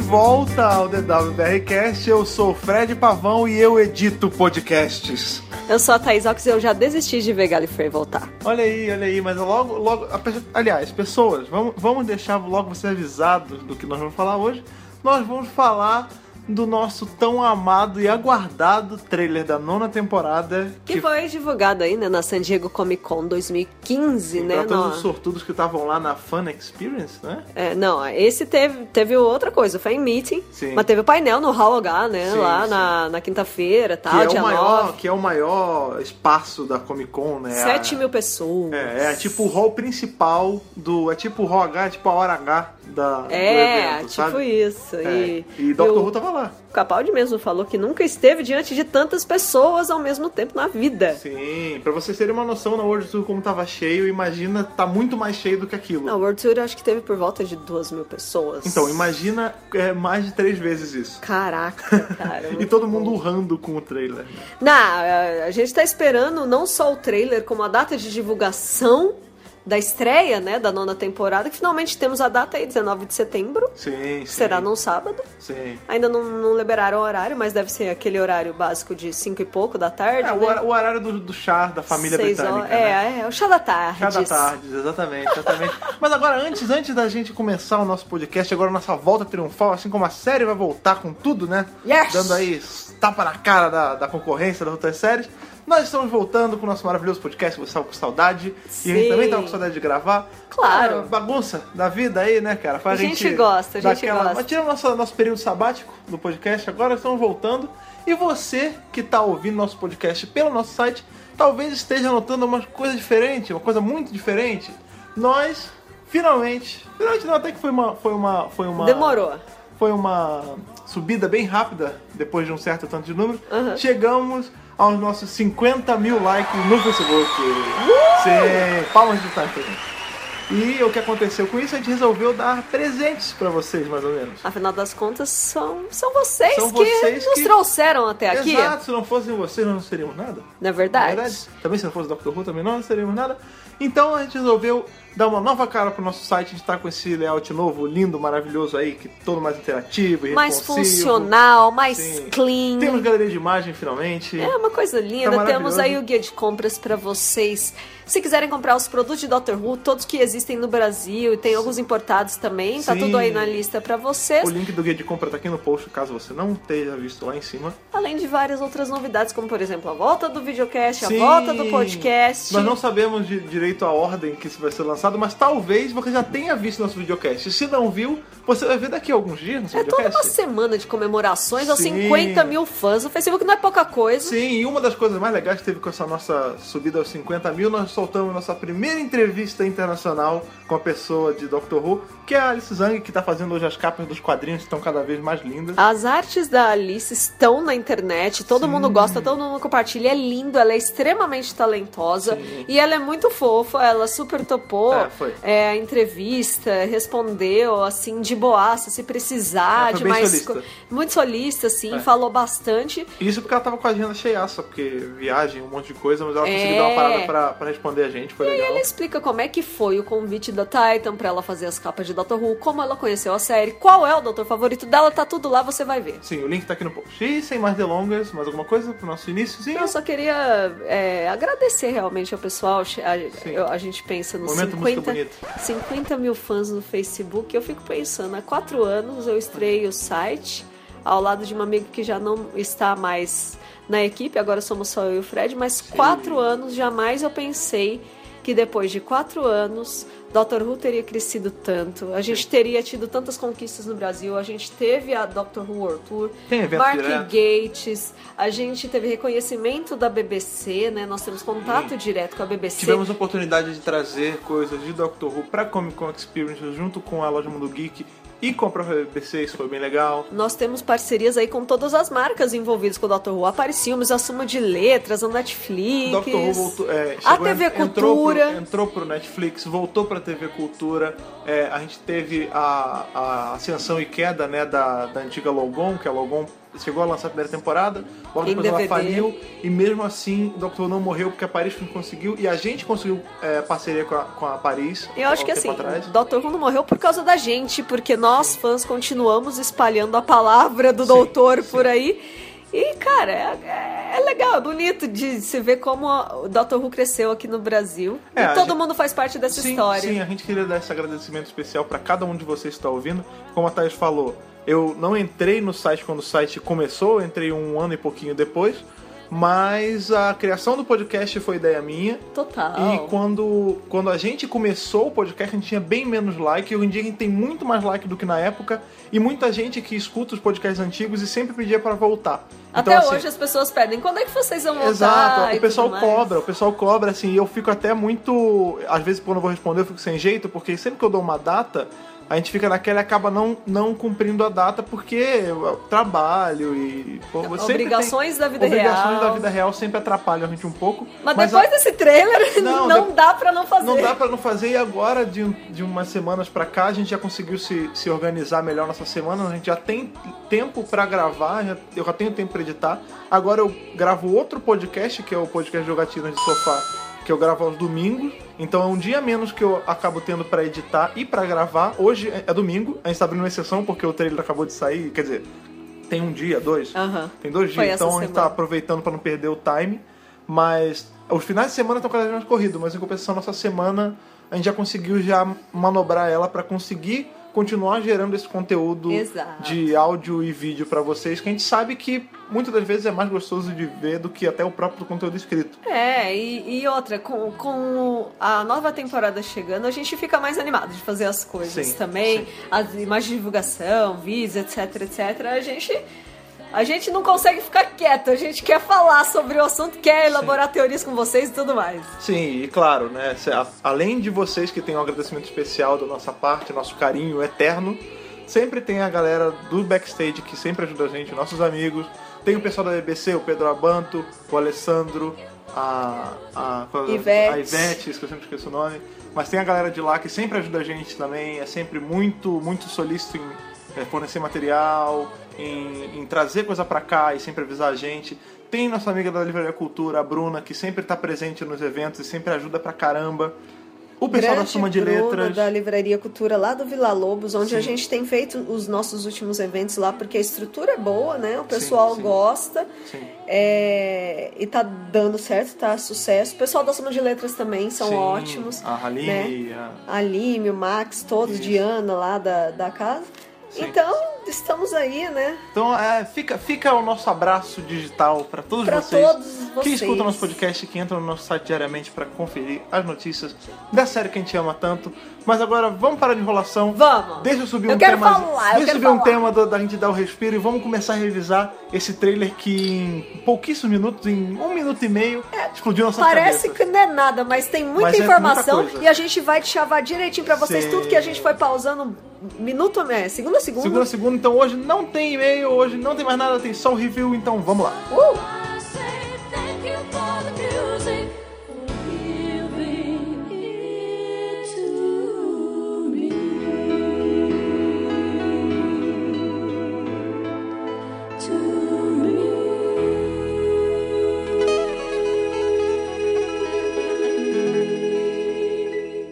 volta ao DWBRcast. Eu sou o Fred Pavão e eu edito podcasts. Eu sou a Thaís Ox e eu já desisti de ver Galifrey voltar. Olha aí, olha aí, mas logo, logo. a pessoa- Aliás, pessoas, vamos, vamos deixar logo vocês avisados do que nós vamos falar hoje. Nós vamos falar do nosso tão amado e aguardado trailer da nona temporada. Que foi divulgado aí, né, na San Diego Comic Con 2015, né? Pra todos no- os sortudos que estavam lá na Fan Experience, né? É, não, esse teve, teve outra coisa, foi em meeting, Sim. mas teve o painel no Hall H, né, Sim, lá sim. na, na quinta-feira, tal, Que é, dia o maior, 9. que é o maior espaço da Comic Con, né? 7 A- mil pessoas. É, é tipo o hall principal do. É tipo o hall H, é tipo a hora H da, É, do evento, tipo sabe? isso. É, E, e Dr. o- Who tava lá. o Capaldi mesmo falou que nunca esteve diante de tantas pessoas ao mesmo tempo na vida. Sim, pra vocês terem uma noção na World Tour como tava cheio, imagina, tá muito mais cheio do que aquilo. Na World Tour eu acho que teve por volta de duas mil pessoas. Então, imagina é, mais de três vezes isso. Caraca, cara. E muito todo bom. mundo urrando com o trailer. Não, a- a gente tá esperando não só o trailer, como a data de divulgação da estreia, né, da nona temporada, que finalmente temos a data aí, 19 de setembro. Sim, sim. que Será num sábado. Sim. Ainda não, não liberaram o horário, mas deve ser aquele horário básico de 5 e pouco da tarde. É, o, né? hor- o horário do, do chá da família Seis britânica. horas- né? É, é, o chá da tarde. Cada tarde, exatamente, exatamente. Mas agora, antes, antes da gente começar o nosso podcast, agora a nossa volta triunfal, assim como a série vai voltar com tudo, né? Yes! Dando aí tapa na cara da, da concorrência das outras séries. Nós estamos voltando com o nosso maravilhoso podcast, você estava com saudade. E a gente Sim. também estava com saudade de gravar. Claro. Ah, bagunça da vida aí, né, cara? Faz A gente gosta, a dar gente gosta. Mas tiramos é nosso, nosso período sabático do podcast, agora estamos voltando. E você que está ouvindo nosso podcast pelo nosso site, talvez esteja notando uma coisa diferente, uma coisa muito diferente. Nós, finalmente, finalmente não, até que foi uma. Foi uma, foi uma Demorou. Foi uma subida bem rápida, depois de um certo tanto de números. Aham. Chegamos aos nossos 50 mil likes no Facebook. Uh! Sim, palmas de tanto. E o que aconteceu com isso? A gente resolveu dar presentes pra vocês, mais ou menos. Afinal das contas, são, são vocês São que vocês nos que- trouxeram até aqui. Exato, se não fossem vocês, nós não seríamos nada. Não é verdade? Na Também se não fosse o Dr. Who, também não seríamos nada. Então a gente resolveu dar uma nova cara pro nosso site. A gente tá com esse layout novo, lindo, maravilhoso aí, que todo mais interativo e mais responsivo. funcional, mais É Sim. clean. Temos galeria de imagem finalmente. É uma coisa linda. Tá Temos aí maravilhoso. o guia de compras pra vocês. Se quiserem comprar os produtos de Dr. Who, todos que existem no Brasil e tem alguns importados também, tá Sim. tudo aí na lista pra vocês. O link do guia de compra tá aqui no post, caso você não tenha visto lá em cima. Além de várias outras novidades, como por exemplo a volta do videocast, Sim. a volta do podcast. Nós não sabemos de- direito a ordem que isso vai ser lançado, mas talvez você já tenha visto nosso videocast. Se não viu, você vai ver daqui a alguns dias nosso É toda videocast. uma semana de comemorações aos Sim. 50 mil fãs. O Facebook não é pouca coisa. Sim, e uma das coisas mais legais que teve com essa nossa subida aos 50 mil, nós soltamos nossa primeira entrevista internacional com a pessoa de Doctor Who, que é a Alice Zhang, que tá fazendo hoje as capas dos quadrinhos, que estão cada vez mais lindas. As artes da Alice estão na internet, todo mundo gosta, todo mundo compartilha. É lindo, ela é extremamente talentosa Sim. e ela é muito fofa, ela super topou É, foi. é, a entrevista, respondeu assim, de boaça, se precisar É, foi de bem mais. solista. co- Muito solista, assim, É. falou bastante. Isso porque ela tava com a agenda cheiaça, porque viagem, um monte de coisa, mas ela É. conseguiu dar uma parada pra, pra responder a gente, foi legal. Ela explica como é que foi o convite da Titan pra ela fazer as capas de Doctor Who, como ela conheceu a série, qual é o doutor favorito dela, tá tudo lá, você vai ver. Sim, o link tá aqui no post. E sem mais delongas, mais alguma coisa pro nosso iníciozinho? Eu só queria é, agradecer realmente ao pessoal. che- A, eu- a gente pensa nos Momento música 50, bonita. 50 mil fãs no Facebook. Eu fico pensando, há quatro anos eu estrei o site ao lado de uma amiga que já não está mais na equipe, agora somos só eu e o Fred, mas quatro anos jamais eu pensei que depois de quatro anos Doctor Who teria crescido tanto, a gente teria tido tantas conquistas no Brasil, a gente teve a Doctor Who World Tour, Tem evento Mark direto. Gates, a gente teve reconhecimento da BBC, né? Nós temos contato direto com a BBC. Tivemos a oportunidade de trazer coisas de Doctor Who pra Comic Con Experience junto com a Loja Mundo Geek e com a própria BBC, isso foi bem legal. Nós temos parcerias aí com todas as marcas envolvidas com o Dr. Who. Aparece filmes, a Suma de Letras, a Netflix. Doctor Who voltou, é, A chegou, TV entrou Cultura. Pro, entrou pro Netflix, voltou pra TV Cultura. É, a gente teve a, a ascensão e queda né, da, da antiga Logon, que a Logon chegou a lançar a primeira temporada, logo Em depois ela DVD. faliu, e mesmo assim o Doctor Who não morreu porque a Paris não conseguiu, e a gente conseguiu é, parceria com a, com a Paris. Eu acho há um que tempo assim, atrás. Doutor Who não morreu por causa da gente, porque nós fãs continuamos espalhando a palavra do doutor por aí. E, cara, é, é legal, é bonito de se ver como a- o Dr. Who cresceu aqui no Brasil. É, a e todo gente- mundo faz parte dessa sim, história. Sim, a gente queria dar esse agradecimento especial para cada um de vocês que está ouvindo. Como a Thais falou, eu não entrei no site quando o site começou, eu entrei um ano e pouquinho depois. Mas a criação do podcast foi ideia minha. Total. E quando, quando a gente começou o podcast, a gente tinha bem menos like. Hoje em dia a gente tem muito mais like do que na época. E muita gente que escuta os podcasts antigos e sempre pedia para voltar. Até então, assim, hoje as pessoas pedem, quando é que vocês vão voltar? Exato, e o pessoal tudo mais. cobra, o pessoal cobra, assim, e eu fico até muito. Às vezes, quando eu vou responder, eu fico sem jeito, porque sempre que eu dou uma data, a gente fica naquela e acaba não, não cumprindo a data, porque eu trabalho e. pô, sempre tem- Obrigações da vida obrigações real. da vida real sempre atrapalham a gente um pouco. Mas, mas depois desse trailer, Não, não, de- dá pra não fazer. não dá pra não fazer e agora, de, um- de umas semanas pra cá, a gente já conseguiu se, se organizar melhor nessa semana, a gente já tem tempo pra gravar, já- eu já tenho tempo pra editar. Agora eu gravo outro podcast, que é o podcast Jogatinas de Sofá, que eu gravo aos domingos. Então é um dia menos que eu acabo tendo pra editar e pra gravar. Hoje é é domingo, a gente tá abrindo uma exceção porque o trailer acabou de sair, quer dizer, tem um dia, dois. Aham. Tem dois Foi dias, essa então a gente tá semana. aproveitando pra não perder o time. Mas os finais de semana estão cada vez mais corridos, mas em compensação, nossa semana a gente já conseguiu já manobrar ela pra conseguir continuar gerando esse conteúdo Exato. de áudio e vídeo pra vocês, que a gente sabe que muitas das vezes é mais gostoso de ver do que até o próprio conteúdo escrito. É, e, e outra, com, com a nova temporada chegando, a gente fica mais animado de fazer as coisas Sim, também. As, mais divulgação, vídeos, etc, etc. A gente, a gente não consegue ficar quieto, a gente quer falar sobre o assunto, quer elaborar teorias com vocês e tudo mais. Sim, e claro, né? se- a- Além de vocês que têm um agradecimento especial da nossa parte, nosso carinho eterno, sempre tem a galera do backstage que sempre ajuda a gente, nossos amigos. Tem o pessoal da BBC, o Pedro Abanto, o Alessandro, a, a, qual é o nome? Ivete. a Ivete, isso que eu sempre esqueço o nome. Mas tem a galera de lá que sempre ajuda a gente também, é sempre muito, muito solícito em eh, fornecer material, em, em trazer coisa pra cá e sempre avisar a gente. Tem nossa amiga da Livraria Cultura, a Bruna, que sempre tá presente nos eventos e sempre ajuda pra caramba. O pessoal da Grande Suma de Bruno, Letras. da Livraria Cultura lá do Vila Lobos, onde Sim. a gente tem feito os nossos últimos eventos lá, porque a estrutura é boa, né? O pessoal sim. gosta Sim. é, e tá dando certo, tá sucesso. O pessoal da Soma de Letras também são Sim, ótimos. né? A Haline, a- A Lime, o Max, todos, Isso. Diana lá da, da casa. Sim. Então, estamos aí, né? Então, é, fica, fica o nosso abraço digital pra todos Pra vocês. todos que vocês. escutam nosso podcast, que entram no nosso site diariamente pra conferir as notícias da série que a gente ama tanto. Mas agora vamos parar de enrolação. Vamos! Deixa eu subir Eu um quero tema. falar, eu deixa quero subir um falar. tema da, da gente dar o respiro e vamos começar a revisar esse trailer que em pouquíssimos minutos, em um minuto e meio, explodiu nossa É, Parece cabeça. que não é nada, mas tem muita Mas é muita informação coisa. e a gente vai te chavar direitinho pra vocês Sim. tudo que a gente foi pausando minuto, né? é, segundo a segundo. Segunda, segunda, então hoje não tem e-mail, hoje não tem mais nada, tem só o review, então vamos lá. Uh! I say thank you for the music for giving it to me. To me.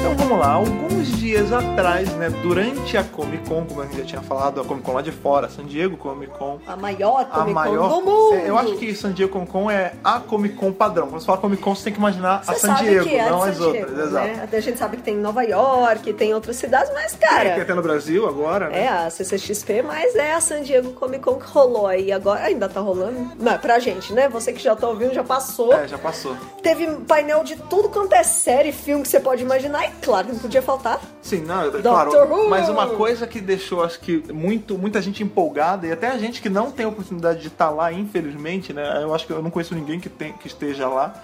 Então vamos lá, alguns dias atrás, né, durante a Comic Con, como a gente já tinha falado, a Comic Con lá de fora, San Diego Comic Con, A maior a Comic Con maior. do mundo. Eu acho que San Diego Comic Con é a Comic Con padrão. Quando você fala Comic Con, você tem que imaginar a Você San sabe Diego, que é de não San as Diego, outras. né? Exato. A gente sabe que tem em Nova York, tem outras cidades, mas, É, que cara, até no Brasil agora, né? é a CCXP, mas é a San Diego Comic Con que rolou aí agora. Ainda tá rolando? Não, é pra gente, né? Você que já tá ouvindo, já passou. É, já passou. Teve painel de tudo quanto é série, filme que você pode imaginar. E claro que não podia faltar. Sim, não, é Doctor claro. Who! Mas uma coisa que deixou, acho que, muito, muita gente empolgada, e até a gente que não tem a oportunidade de estar lá, infelizmente, né? Eu acho que eu não conheço ninguém que, tem, que esteja lá.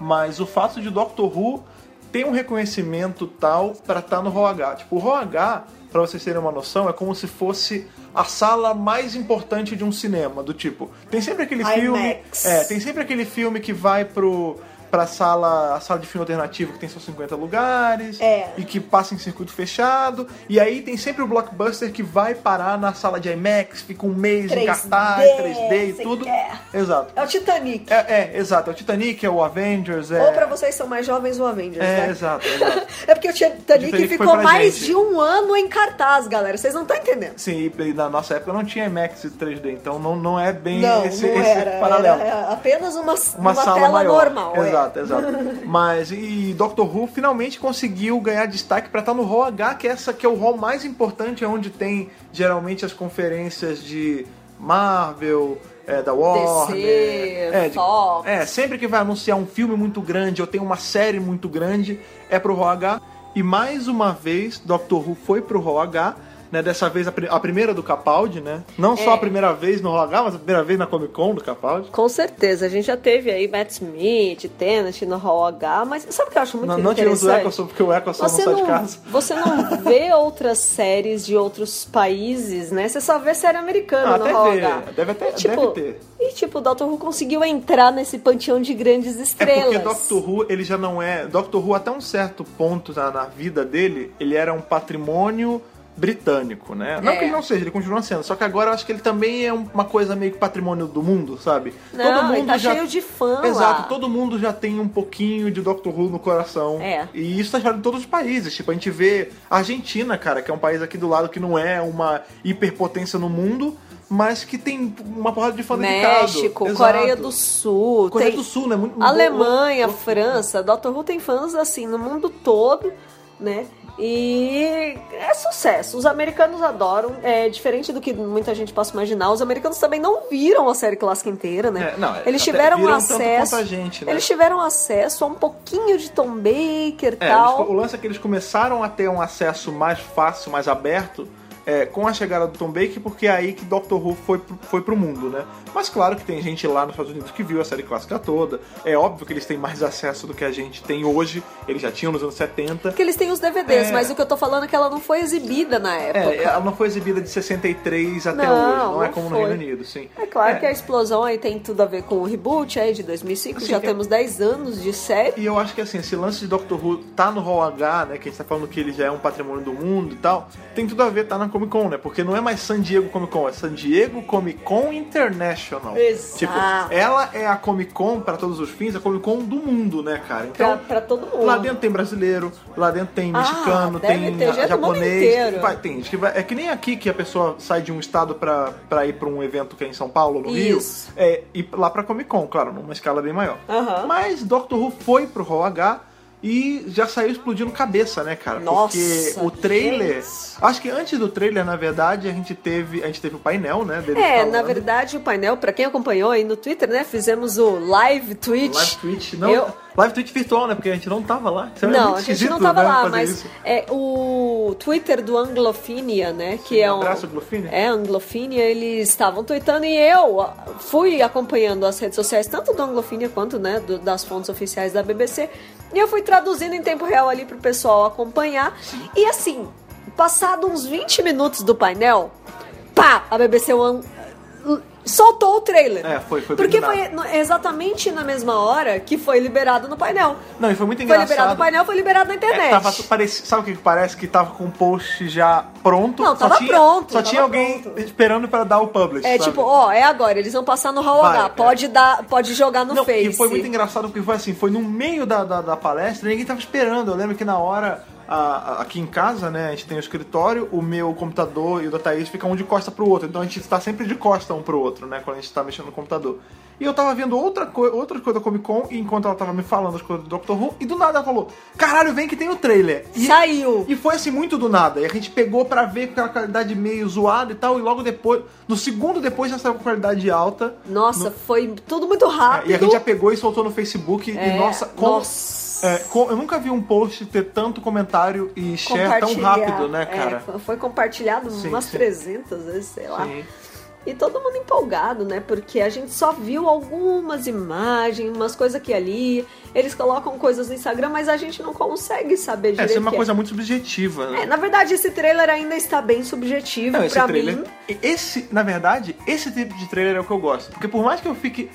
Mas o fato de Doctor Who ter um reconhecimento tal pra estar no ROH. Tipo, o ROH, pra vocês terem uma noção, é como se fosse a sala mais importante de um cinema. Do tipo, tem sempre aquele filme. IMAX. É, tem sempre aquele filme que vai pro. pra pra sala, a sala de filme alternativo que tem só 50 lugares É. e que passa em circuito fechado. E aí tem sempre o blockbuster que vai parar na sala de IMAX, fica um mês em 3D, cartaz, 3D e sei tudo. que é. Exato. É o Titanic. É, é, exato. É o Titanic, é o Avengers, é. Ou pra vocês que são mais jovens, o Avengers, É, né? exato, exato. É porque o Titanic, Titanic foi ficou pra mais gente. de um ano em cartaz, galera. Vocês não estão entendendo. Sim, e na nossa época não tinha IMAX e 3D, então não, não é bem não, esse, não esse era. paralelo. Era apenas uma, uma, uma, sala tela maior. normal. é. Exato, exato. Mas e Doctor Who finalmente conseguiu ganhar destaque pra estar no Hall H, que é essa que é o hall mais importante, é onde tem geralmente as conferências de Marvel, é, da Warner, é, de- Fox. é, sempre que vai anunciar um filme muito grande ou tem uma série muito grande, é pro Hall H. E mais uma vez, Doctor Who foi pro Hall H, né? Dessa vez a, pri- a primeira do Capaldi, né? Não só É. a primeira vez no Hall H, mas a primeira vez na Comic Con do Capaldi. Com certeza, a gente já teve aí Matt Smith, Tennant no Hall H, mas sabe o que eu acho muito Não, não tiramos o interessante? Eccleston, porque o Eccleston não Você sai de não, casa. você não vê outras séries de outros países, né? Você só vê série americana Ah, no até Hall vê. H. Deve até- E, tipo, deve ter. E tipo, o Dr. Who conseguiu entrar nesse panteão de grandes É estrelas. porque Doctor Who, ele já não é... Doctor Who, até um certo ponto na, na vida dele, ele era um patrimônio britânico, né? Não É. que ele não seja, ele continua sendo. Só que agora eu acho que ele também é um- uma coisa meio que patrimônio do mundo, sabe? Não, ele tá cheio de fã lá. Exato, todo mundo já tem um pouquinho de Doctor Who no coração. É. E isso tá falando em todos os países. Tipo, a gente vê a Argentina, cara, que é um país aqui do lado que não é uma hiperpotência no mundo, mas que tem uma porrada de fã dedicado. México, Exato. Coreia do Sul, Coreia tem do Sul, né? Muito, Uhum. Alemanha, França, Dr. Who tem fãs assim no mundo todo, né? E é sucesso. Os americanos adoram, é diferente do que muita gente possa imaginar. Os americanos também não viram a série clássica inteira, né? É, não, eles até tiveram viram tanto acesso. quanto a gente, né? Eles tiveram acesso a um pouquinho de Tom Baker, e É, eles- tal. o lance é que eles começaram a ter um acesso mais fácil, mais aberto, é, com a chegada do Tom Baker, porque é aí que Doctor Who foi, pro- foi pro mundo, né? Mas claro que tem gente lá nos Estados Unidos que viu a série clássica toda. É óbvio que eles têm mais acesso do que a gente tem hoje. Eles já tinham nos anos 70. Porque eles têm os DVDs, É. mas o que eu tô falando é que ela não foi exibida na época. É, ela não foi exibida de 63 até Não, hoje, não, é não como foi. no Reino Unido, sim. É claro que a explosão aí tem tudo a ver com o reboot aí de 2005, Assim, já é- temos 10 anos de série. E eu acho que assim, esse lance de Doctor Who tá no Hall H, né? Que a gente tá falando que ele já é um patrimônio do mundo e tal, tem tudo a ver, tá na Comic Con, né? Porque não é mais San Diego Comic Con, é San Diego Comic Con International. Exato. Tipo, ela é a Comic Con, pra todos os fins, a Comic Con do mundo, né, cara? Pra, Então, pra todo mundo. Lá dentro tem brasileiro, lá dentro tem Ah, mexicano, deve tem ter gente do mundo inteiro. japonês. Vai, tem gente que vai. É que nem aqui que a pessoa sai de um estado pra, pra ir pra um evento que é em São Paulo, no Isso. Rio. É, e lá pra Comic Con, claro, numa escala bem maior. Aham. Mas Doctor Who foi pro Hall H e já saiu explodindo cabeça, né, cara? Nossa, Porque o trailer. gente. Acho que antes do trailer, na verdade, a gente teve. A gente teve o painel, né? deles É, na falando. verdade o painel, pra quem acompanhou aí no Twitter, né, fizemos o live tweet. Live tweet, não. Eu- Live tweet virtual, né? Porque a gente não tava lá. Isso é muito Não, a gente esquisito, não tava né, lá, fazer mas isso. é, o Twitter do Anglofinia, né, que é um um... abraço, Glofine. É, Anglofinia, eles estavam tweetando e eu fui acompanhando as redes sociais, tanto do Anglofinia quanto né, do- das fontes oficiais da BBC, e eu fui traduzindo em tempo real ali pro pessoal acompanhar. E assim, passado uns 20 minutos do painel, pá, a BBC One uh, soltou o trailer. É, foi- foi Porque foi combinado. no- exatamente na mesma hora que foi liberado no painel. Não, e foi muito Foi engraçado. liberado no painel, foi liberado na internet. É, tava, parece, sabe o que que parece? Que tava com o post já pronto. Não, tava só tinha, pronto, Só tava tinha alguém pronto. esperando pra dar o publish. É sabe? tipo, ó, é agora, eles vão passar no Hall Vai, H, é. pode, dar, pode jogar no Não, Face. E foi muito engraçado porque foi assim, foi no meio da, da, da palestra, ninguém tava esperando. Eu lembro que na hora, a- a- aqui em casa, né, a gente tem o escritório, o meu computador e o da Thaís ficam um de costa pro outro. Então a gente tá sempre de costa um pro outro, né, quando a gente tá mexendo no computador. E eu tava vendo outra, co outra coisa da Comic Con, e enquanto ela tava me falando as coisas do Doctor Who, e do nada ela falou, caralho, vem que tem o trailer. E, Saiu. E foi assim, muito do nada. E a gente pegou pra ver com aquela qualidade meio zoada e tal, e logo depois, no segundo depois já saiu com qualidade alta. Nossa, foi tudo muito É, rápido. E a gente já pegou e soltou no Facebook. É, e nossa, como, nossa. é, co- eu nunca vi um post ter tanto comentário e share tão Compartilhar. rápido, né, É, cara? foi- foi compartilhado Sim, umas sim. 300 vezes, sei lá. Sim. É, E todo mundo empolgado, né? Porque a gente só viu algumas imagens, umas coisas aqui e ali. Eles colocam coisas no Instagram, mas a gente não consegue saber É, direito. isso é uma o que coisa muito subjetiva, né? É, na verdade, esse trailer ainda está bem subjetivo Não, pra esse trailer. mim. Esse, na verdade, esse tipo de trailer é o que eu gosto. Porque por mais que eu fique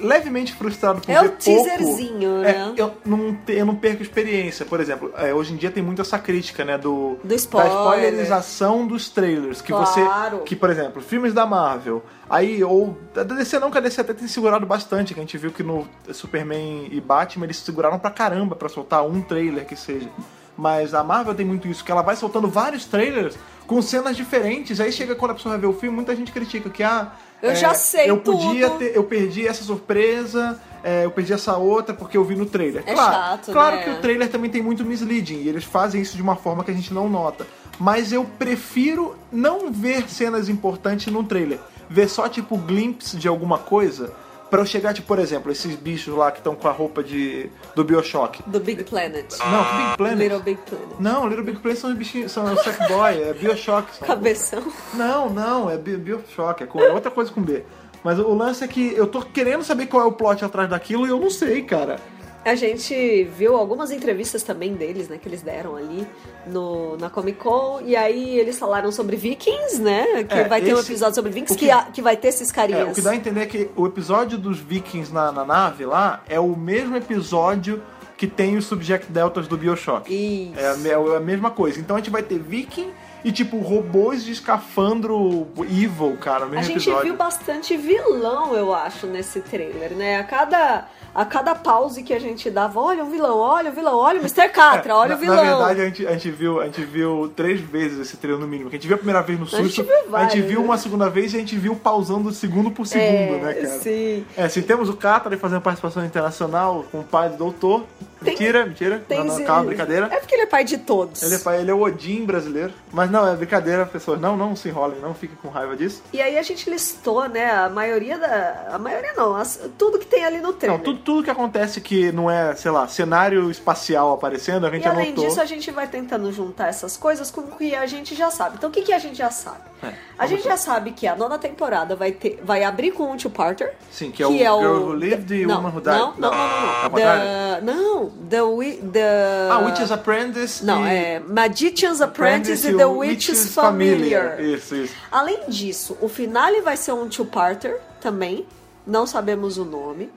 levemente frustrado por É ver o teaserzinho, pouco, né? é, eu, não, te- eu não perco experiência. Por exemplo, é, hoje em dia tem muito essa crítica, né? Do, Do spoiler. Da spoilerização dos trailers. Que Claro. você. Que, por exemplo, filmes da Marvel. Aí, ou. Da DC não, que a DC até tem segurado bastante. Que a gente viu que no Superman e Batman eles seguraram pra caramba pra soltar um trailer que seja. Mas a Marvel tem muito isso, que ela vai soltando vários trailers com cenas diferentes. Aí chega quando a pessoa vai ver o filme, muita gente critica que, ah. Eu já sei Eu podia tudo. ter eu perdi essa surpresa, é, eu perdi essa outra porque eu vi no trailer. É claro, chato, claro né? que o trailer também tem muito misleading e eles fazem isso de uma forma que a gente não nota. Mas eu prefiro não ver cenas importantes num trailer. Ver só, tipo, glimpse de alguma coisa pra eu chegar, tipo, por exemplo, esses bichos lá que estão com a roupa de do Bioshock. Do Big Planet. Não, que Ah, Big Planet. Little Big Planet. Não, Little Big Planet são os bichinhos, são o Sackboy, é Bioshock. São... Cabeção. Não, não, é Bi- Bioshock, é, com- é outra coisa com B. Mas o lance é que eu tô querendo saber qual é o plot atrás daquilo e eu não sei, cara. A gente viu algumas entrevistas também deles, né, que eles deram ali no, na Comic Con, e aí eles falaram sobre Vikings, né, que É, vai ter um esse- episódio sobre Vikings, o que, que- a- que vai ter esses carinhas. É, o que dá a entender é que o episódio dos vikings na, na nave lá é o mesmo episódio que tem os Subject Deltas do Bioshock. Isso. É a, me- é a mesma coisa. Então a gente vai ter viking e, tipo, robôs de escafandro evil, cara, no A mesmo gente episódio. viu bastante vilão, eu acho, nesse trailer, né? A cada, a cada pause que a gente dava, olha o vilão, olha o vilão, olha o Mr. Catra, olha É, na, Ah, o vilão. Na verdade, a gente, a gente viu, a gente viu três vezes esse trailer no mínimo. Que a gente viu a primeira vez no gente susto, viu várias, gente viu né? uma segunda vez e a gente viu pausando segundo por segundo, é, né, cara? Sim. É, se temos o Catari fazendo participação internacional com o pai do doutor. mentira, mentira. Tem não, não, zi- calma, brincadeira. É porque ele é pai de todos. Ele é, pai- ele é o Odin brasileiro. Mas não, é brincadeira, pessoas. Não, não se enrolem, não fiquem com raiva disso. E aí a gente listou, né, a maioria da... A maioria não, as- tudo que tem ali no trailer. Não, tudo, tudo que acontece que não é, sei lá, cenário espacial aparecendo, a gente E além anotou. disso, a gente vai tentando juntar essas coisas com o que a gente já sabe. Então, o que, que a gente já sabe? É, a vamos gente lá. já sabe que a nona temporada vai, ter, vai abrir com um two-parter. Sim, que é o Girl Who Lived e não, Woman Who Died. Não, não, não, É não. o Não, the, não the, Wi- the... Ah, Witch's Apprentice. Não, e... é Magician's Apprentice e The Witch's Familiar. Isso, isso. Além disso, o finale vai ser um two-parter também. Não sabemos o nome.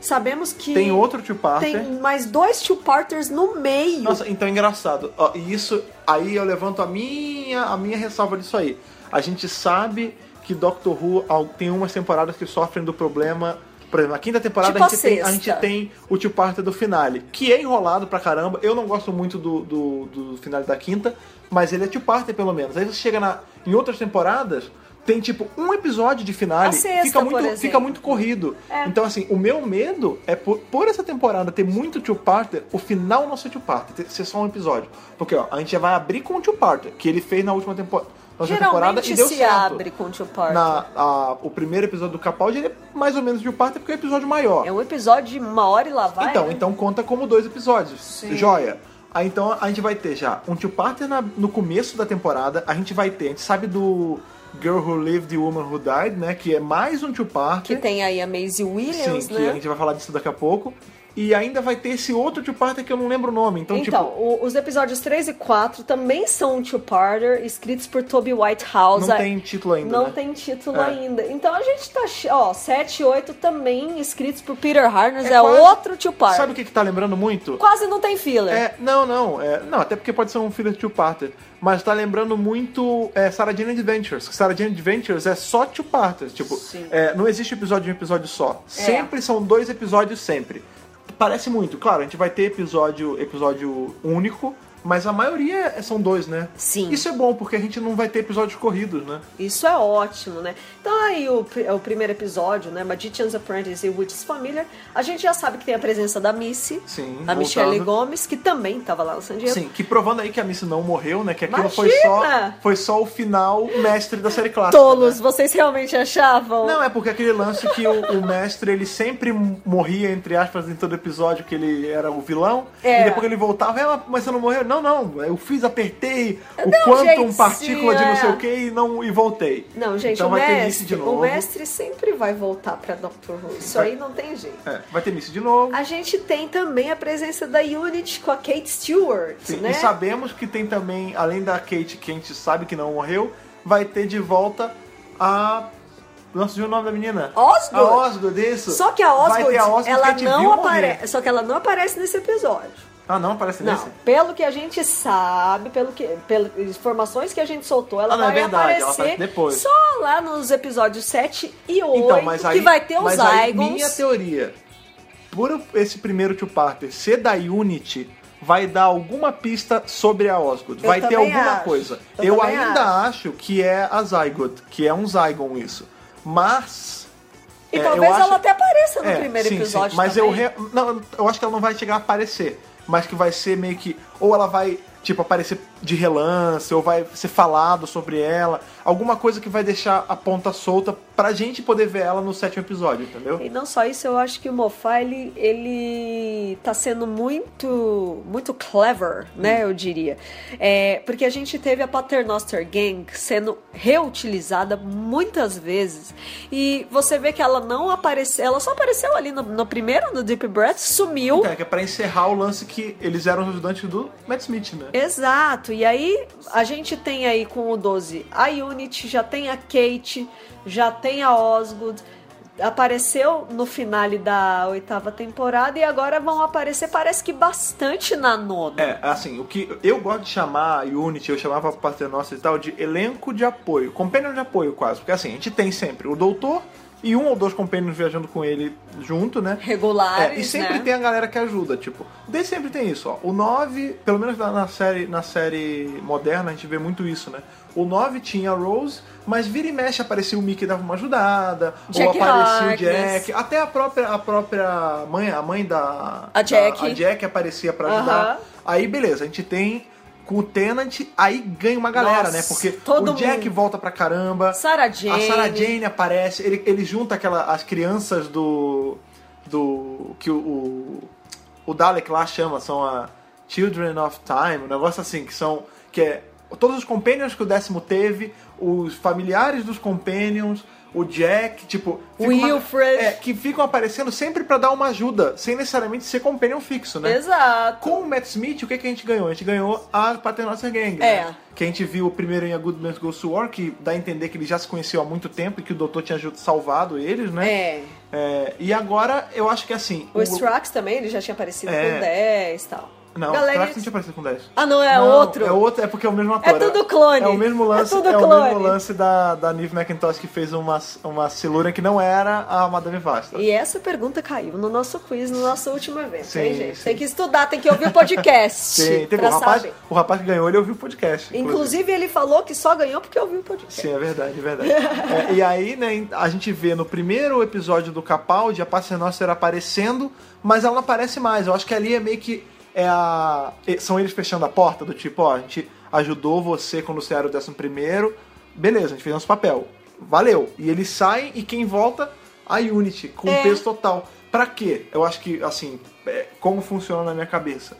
Sabemos que Tem outro two tem mais dois two-parters no meio. Nossa, então é engraçado. Ó, e isso, aí eu levanto a minha, a minha ressalva disso aí. A gente sabe que Doctor Who al- tem umas temporadas que sofrem do problema. Por exemplo, na quinta temporada Tipo a, gente a tem, a sexta. gente tem o tio Parter do finale, que é enrolado pra caramba. Eu não gosto muito do, do, do finale da quinta, mas ele é tio Parter pelo menos. Aí você chega na, em outras temporadas, tem tipo um episódio de finale. A sexta, fica, muito, por fica exemplo. É. muito corrido. Então, assim, o meu medo é por, por essa temporada ter muito two-parter, o final não ser two-parter, ter- ser só um episódio. Porque, ó, a gente já vai abrir com o two-parter, que ele fez na última tempo- na última temporada Geralmente e deu se certo. abre com two-parter. Na, a- o primeiro episódio do Capaldi ele é mais ou menos two-parter, porque é um episódio maior. É um episódio de uma hora e lá vai. então, né? então conta como dois episódios. Sim. Joia. Aí, então a gente vai ter já um two-parter na- no começo da temporada, a gente vai ter, a gente sabe do Girl Who Lived e Woman Who Died, né, que é mais um Que two-parter. tem aí a Maisie Williams, Sim, que é a né? gente vai falar disso daqui a pouco. E ainda vai ter esse outro two-parter que eu não lembro o nome. Então, Então, tipo, o- os episódios 3 e 4 também são um two-parter, escritos por Toby Whitehouse. não tem título ainda, Não né? tem título É. ainda. Então a gente tá. che- Ó, 7 e 8 também escritos por Peter Harness. É, É quase- outro two-parter. Sabe o que, que tá lembrando muito? Quase não tem filler. É, não, não, é, não, até porque pode ser um filler two-parter, mas tá lembrando muito é, Sarah Jane Adventures. que Sarah Jane Adventures é só two-parters, tipo, Sim. É. é, não existe episódio de um episódio só. Sempre são dois episódios sempre. Parece muito, claro, a gente vai ter episódio episódio único, mas a maioria é- são dois, né? Sim. Isso é bom porque a gente não vai ter episódios corridos, né? Isso é ótimo, né? Então aí o, pr- o primeiro episódio, né? Magician's Apprentice e Witch's Familiar. A gente já sabe que tem a presença da Missy. Sim, A Michelle voltando. Gomes, que também tava lá no San Diego. Sim, que provando aí que a Missy não morreu, né? Que aquilo foi Imagina! só, foi só o final mestre da série clássica. Tolos, né? vocês realmente achavam? Não, é porque aquele lance que o, o mestre ele sempre morria, entre aspas, em todo episódio que ele era o vilão. É. E depois ele voltava, é, mas você não morreu? Não, não, eu fiz, apertei o dei um quantum jeitinho, partícula de não sei é. o que e, não, e voltei. Não, gente, então o, vai ter mestre, Missy de novo. o mestre sempre vai voltar pra Dr. Who. Isso Vai- aí não tem jeito. É, vai ter Missy de novo. A gente tem também a presença da Unity com a Kate Stewart, Sim, né? E sabemos que tem também, além da Kate, que a gente sabe que não morreu, vai ter de volta a Não surgiu o nome da menina. Osgood. A Osgood, isso. Só que a Vai ter Osgood, a Osgood que a ela gente viu não morrer. aparece. Só que ela não aparece nesse episódio. Ah, não? Aparece Não, nesse? pelo que a gente sabe, pelo que, pelas informações que a gente soltou, ela Ah, não, é vai verdade, ela aparecer aparece depois. só lá nos episódios 7 e 8, Então, mas aí, que vai ter os mas aí Zygons. minha teoria. Por esse primeiro Tio Parter ser da Unity, vai dar alguma pista sobre a Osgood. Eu vai ter também alguma acho. coisa. Eu Eu também ainda acho. que é a Zygote, que é um Zygon isso. Mas. E é, eu talvez acho- ela até apareça Tá no É, primeiro sim, sim. episódio Mas também. eu re- não, eu acho que ela não vai chegar a aparecer, mas que vai ser meio que ou ela vai tipo aparecer de relance, ou vai ser falado sobre ela, alguma coisa que vai deixar a ponta solta pra gente poder ver ela no sétimo episódio, entendeu? E não só isso, eu acho que o Mofá, ele, ele tá sendo muito, muito clever, né, eu diria. É, porque a gente teve a Paternoster Gang sendo reutilizada muitas vezes. E você vê que ela não apareceu, ela só apareceu ali no, no primeiro, no Deep Breath, sumiu. Então, é que é pra encerrar o lance que eles eram os ajudantes do Matt Smith, né? Exato, e aí a gente tem aí com o 12 a Unity, já tem a Kate, já tem a Osgood, apareceu no finale da oitava temporada e agora vão aparecer, parece que bastante na nona. É, assim, o que eu gosto de chamar a Unity, eu chamava a parte nossa e tal, de elenco de apoio, companion de apoio quase, porque assim, a gente tem sempre o doutor e um ou dois companions viajando com ele junto, né? Regulares, É, e sempre né? tem a galera que ajuda, tipo, desde sempre tem isso, ó. O 9, pelo menos na, na série, na série moderna, a gente vê muito isso, né? O 9 tinha a Rose, mas vira e mexe aparecia o Mickey e dava uma ajudada, Jack ou aparecia o Harkness. Jack, até a própria a própria mãe, a mãe da A Jack. da- a Jack aparecia pra ajudar. Aham. Aí beleza, a gente tem com o Tenant, aí ganha uma galera, Nossa, né? Porque todo o Jack mundo. volta pra caramba. Sarah Jane. A Sarah Jane aparece, ele, ele junta aquela, as crianças do. do. que o. o, o Dalek lá chama, são a Children of Time, um negócio assim, que são. que é todos os companions que o décimo teve, os familiares dos companions, o Jack, tipo. O fica uma- Wilfred. É, que ficam aparecendo sempre pra dar uma ajuda, sem necessariamente ser companion fixo, né? Exato. Com o Matt Smith, o que, que a gente ganhou? A gente ganhou a Paternoster Gang, É. né? Que a gente viu o primeiro em A Good Man's Goes to War, que dá a entender que ele já se conheceu há muito tempo e que o doutor tinha ajud- salvado eles, né? É. É, e agora, eu acho que assim... O Strax também, ele já tinha aparecido É. com 10 e tal. Não, o Galera, Strax não eles- tinha aparecido com 10. Ah, não, é Não, outro. É outro, é porque é o mesmo ator. É tudo clone. É o mesmo lance, É tudo o clone. mesmo lance da, da Neve McIntosh que fez uma, uma silura que não era a Madame Vasta. E essa pergunta caiu no nosso quiz, no nosso último evento, Sim, hein, gente? sim. Tem que estudar, tem que ouvir o podcast Sim, teve pra o rapaz, saber. o rapaz que ganhou, ele ouviu o podcast. Inclusive, ele falou que só ganhou porque ouviu o podcast. Sim, é verdade, é verdade. É, e aí, né, a gente vê no primeiro episódio do Capaldi a Paternoster aparecendo, mas ela não aparece mais. Eu acho que ali é meio que é a e- são eles fechando a porta do tipo, ó, a gente ajudou você quando você era o décimo primeiro, beleza, a gente fez nosso papel, valeu. E eles saem e quem volta a Unity com o peso total. Pra quê? Eu acho que assim, é, como funciona na minha cabeça?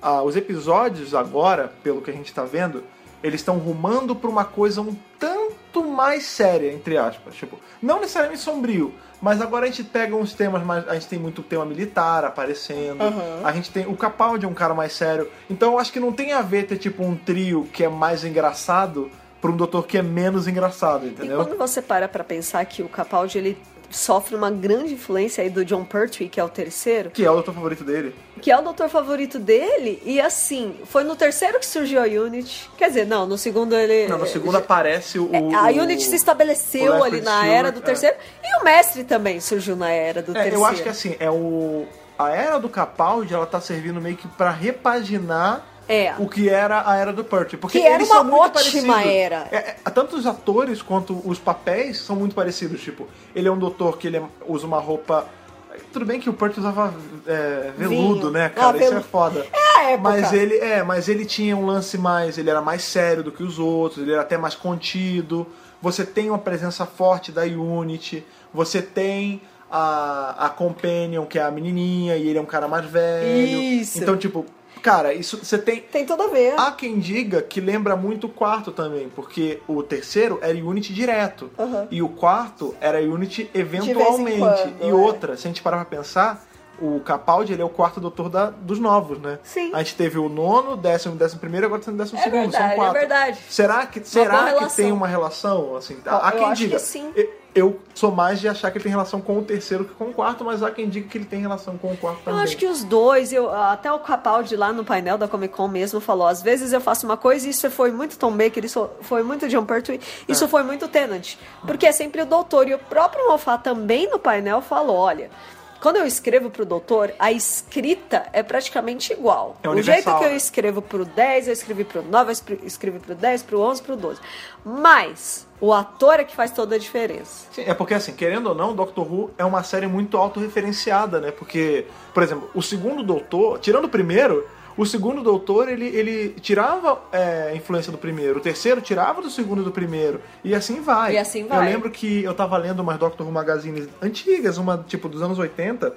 Ah, os episódios agora, pelo que a gente tá vendo, eles estão rumando pra uma coisa um tanto mais séria, entre aspas. Tipo, não necessariamente sombrio, mas agora a gente pega uns temas mais. A gente tem muito tema militar aparecendo. A gente tem. O Capaldi é um cara mais sério. Então eu acho que não tem a ver ter, tipo, um trio que é mais engraçado pra um doutor que é menos engraçado, E entendeu? quando você para pra pensar que o Capaldi, ele sofre uma grande influência aí do John Pertwee, que é o terceiro, Que é o doutor favorito dele. que é o doutor favorito dele, e assim, foi no terceiro que surgiu a Unity. Quer dizer, não, no segundo ele... Não, no segundo aparece o. É, a Unity se o estabeleceu Leopard ali na Stewart, era do é. terceiro. E o mestre também surgiu na era do É, terceiro. eu acho que assim, é o. A era do Capaldi, ela tá servindo meio que pra repaginar É. o que era a era do Pertwee. Porque Que era eles uma são muito ótima parecidos. era. É, é, tanto os atores quanto os papéis são muito parecidos. Tipo, ele é um doutor que ele é- usa uma roupa. Tudo bem que o Pertwee usava é, veludo, Vinho. né, cara? Ah, Isso é velu- foda. É a época. Mas ele, é, mas ele tinha um lance mais, ele era mais sério do que os outros, ele era até mais contido. Você tem uma presença forte da Unity, você tem a, a Companion, que é a menininha, e ele é um cara mais velho. Isso. Então, tipo, cara, isso você tem Tem tudo a ver. Há quem diga que lembra muito o quarto também, porque o terceiro era Unity direto. Aham. E o quarto era Unity eventualmente. quando, e é. outra, se a gente parar pra pensar, o Capaldi ele é o quarto doutor da- dos novos, né? Sim. A gente teve o nono, décimo, décimo primeiro, agora tá no décimo É segundo. verdade, são é quatro. verdade. Será que, boa será que relação. tem uma relação? Assim, Eu há quem acho que diga. sim. E- Eu sou mais de achar que ele tem relação com o terceiro que com o quarto, mas há quem diga que ele tem relação com o quarto Eu também. acho que os dois, eu, até o Capaldi lá no painel da Comic Con mesmo falou: às vezes eu faço uma coisa e isso foi muito Tom Baker, isso foi muito John Pertwee, isso Ah. foi muito Tennant. Porque é sempre o doutor. E o próprio Moffat também no painel falou: olha. Quando eu escrevo pro doutor, a escrita é praticamente igual. É o jeito universal, que eu né? escrevo pro 10, eu escrevi pro 9, eu espre- escrevi pro 10, pro 11, pro 12. Mas o ator é que faz toda a diferença. Sim, é porque assim, querendo ou não, Doctor Who é uma série muito autorreferenciada, né? Porque, por exemplo, o segundo Doutor, tirando o primeiro, o segundo Doutor, ele, ele tirava é, a influência do primeiro, o terceiro tirava do segundo e do primeiro, e assim vai. E assim vai. Eu lembro que eu tava lendo umas Doctor Who magazines antigas, uma tipo dos anos 80,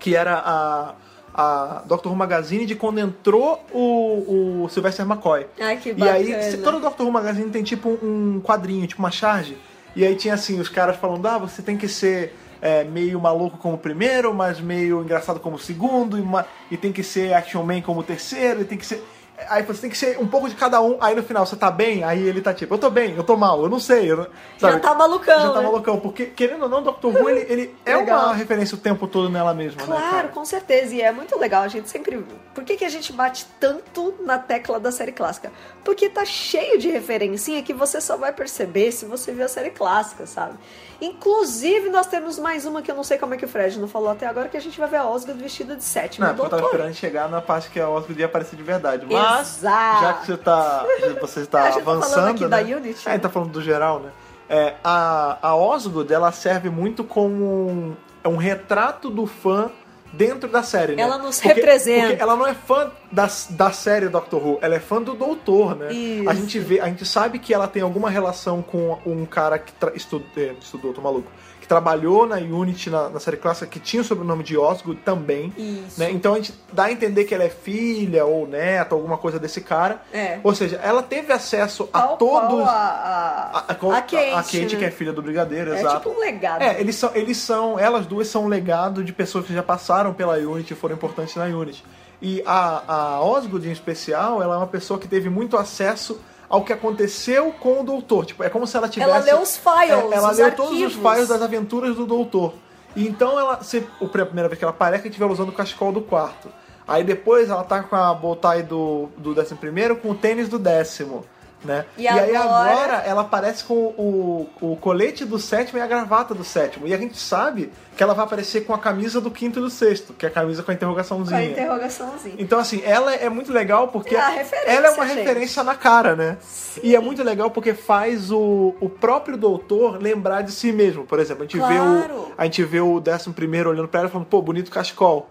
que era a... A Doctor Who Magazine de quando entrou o, o Sylvester McCoy. Ai, que E aí, bacana. se- todo Doctor Who Magazine tem tipo um quadrinho, tipo uma charge. E aí tinha assim, os caras falando, ah, você tem que ser é, meio maluco como o primeiro, mas meio engraçado como o segundo, e, ma- e tem que ser action man como o terceiro, e tem que ser... Aí você tem que ser um pouco de cada um, aí no final, você tá bem? Aí ele tá tipo, eu tô bem, eu tô mal, eu não sei, eu não... Já sabe? tá malucão. Já tá né? malucão, porque querendo ou não, Doctor Who, ele, ele é Legal. uma referência o tempo todo nela mesma, né, cara? Claro, com certeza. E é muito legal. A gente sempre. Por que, que a gente bate tanto na tecla da série clássica? Porque tá cheio de referencinha que você só vai perceber se você ver a série clássica, sabe? Inclusive, nós temos mais uma que eu não sei como é que o Fred não falou até agora, que a gente vai ver a Osgood vestida de sétima. Não, é porque eu tava doutora. esperando chegar na parte que a Osgood ia aparecer de verdade. Mas, Exato. já que você tá, já você tá Ah. A gente tá avançando. falando aqui né? da Unity, É, né? tá falando do geral, né? É, a, a Osgood, ela serve muito como um, é um retrato do fã dentro da série, né? Ela nos representa. Porque ela não é fã da, da série Doctor Who, ela é fã do Doutor, né? Isso. A gente vê, a gente sabe que ela tem alguma relação com um cara que tra- estu- eh, estudou, tô maluco, que trabalhou na Unity, na, na série clássica, que tinha o sobrenome de Osgood também. Isso. né? Então a gente dá a entender que ela é filha ou neta, alguma coisa desse cara. É. Ou seja, ela teve acesso a Tal qual todos. A, a, a- a- com- a Kate, né? que é filha do Brigadeiro, É exato. tipo um legado. É, eles são, eles são, elas duas são um legado de pessoas que já passaram pela Unity e foram importantes na Unity. E a, a Osgood, em especial, ela é uma pessoa que teve muito acesso ao que aconteceu com o Doutor. Tipo, é como se ela tivesse... Ela leu um os files. É, ela os leu arquivos. todos os files das aventuras do Doutor. E então ela. Se, o- a primeira vez que ela aparece, ela estiver usando o cachecol do quarto. Aí depois ela tá com a botai do, do décimo primeiro com o tênis do décimo. Né? E aí agora- agora ela aparece com o, o colete do sétimo e a gravata do sétimo. E a gente sabe que ela vai aparecer com a camisa do quinto e do sexto, que é a camisa com a Com interrogaçãozinha. a interrogaçãozinha. Então, assim, ela é muito legal porque É a referência, ela é uma gente. referência na cara, né? E é muito legal porque faz o, o próprio doutor lembrar de si mesmo. Por exemplo, a gente vê Claro. o a gente vê o décimo primeiro olhando pra ela e falando, pô, bonito cachecol,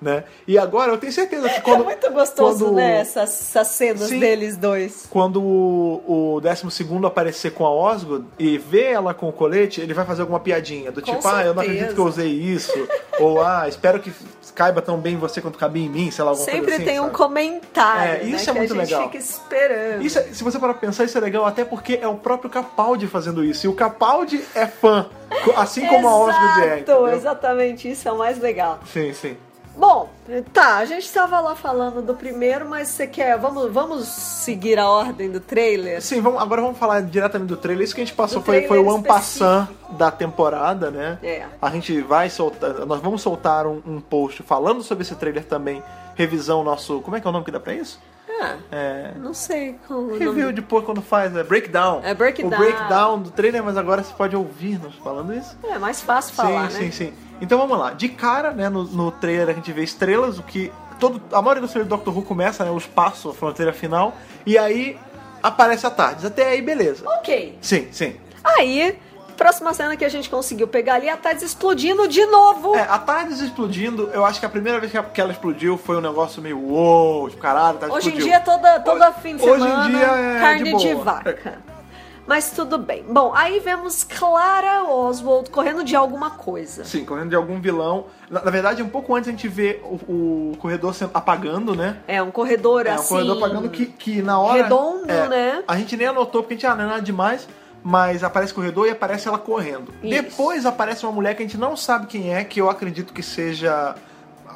né? E agora eu tenho certeza que quando é muito gostoso, quando- né? Essas, essas cenas Sim. deles dois. quando o, o décimo segundo aparecer com a Osgood e ver ela com o colete, ele vai fazer alguma piadinha. Do Com tipo, ah, eu não acredito certeza. que eu usei isso. Ou, ah, espero que caiba tão bem em você quanto cabia em mim, sei lá, alguma Sempre coisa assim, tem um sabe? comentário. É, isso né, é que muito a gente legal. fica esperando. Isso é- se você parar pra pensar, isso é legal até porque é o próprio Capaldi fazendo isso. E o Capaldi é fã, co- assim como a Osgood é. Exato, entendeu? exatamente, isso é o mais legal. Sim, sim. Bom, tá, a gente tava lá falando do primeiro, mas você quer. Vamos, vamos seguir a ordem do trailer? Sim, vamos, agora vamos falar diretamente do trailer. Isso que a gente passou Do foi, foi o trailer ampassant da temporada, né? É. A gente vai soltar, nós vamos soltar um, um post falando sobre esse trailer também, revisão nosso, como é que é o nome que dá pra isso? Ah, É, não sei como. o review nome- depois quando faz, é breakdown. É breakdown. O breakdown do trailer, mas agora você pode ouvir nós falando isso. É mais fácil falar, sim, né? sim, sim. Então vamos lá. De cara, né, no, no trailer a gente vê estrelas, o que. Todo, a maioria do trailer do Doctor Who começa, né? O espaço, a fronteira final. E aí aparece a tarde. Até aí, beleza. Ok. Sim, sim. Aí, próxima cena que a gente conseguiu pegar ali, a Tades explodindo de novo. É, a Tardes explodindo, eu acho que a primeira vez que a- que ela explodiu foi um negócio meio uou, tipo, caralho, tá Hoje em explodiu. dia, toda, toda Hoje- fim de hoje em semana, dia é carne de de, boa. É. vaca. Mas tudo bem. Bom, aí vemos Clara Oswald correndo de alguma coisa. Sim, correndo de algum vilão. Na, na verdade, um pouco antes a gente vê o, o corredor sendo, apagando, né? É um corredor É, um assim. corredor apagando que, que na hora. redondo, é, né? A gente nem anotou porque a gente, ah, não é nada demais. Mas aparece o corredor e aparece ela correndo. Isso. Depois aparece uma mulher que a gente não sabe quem é, que eu acredito que seja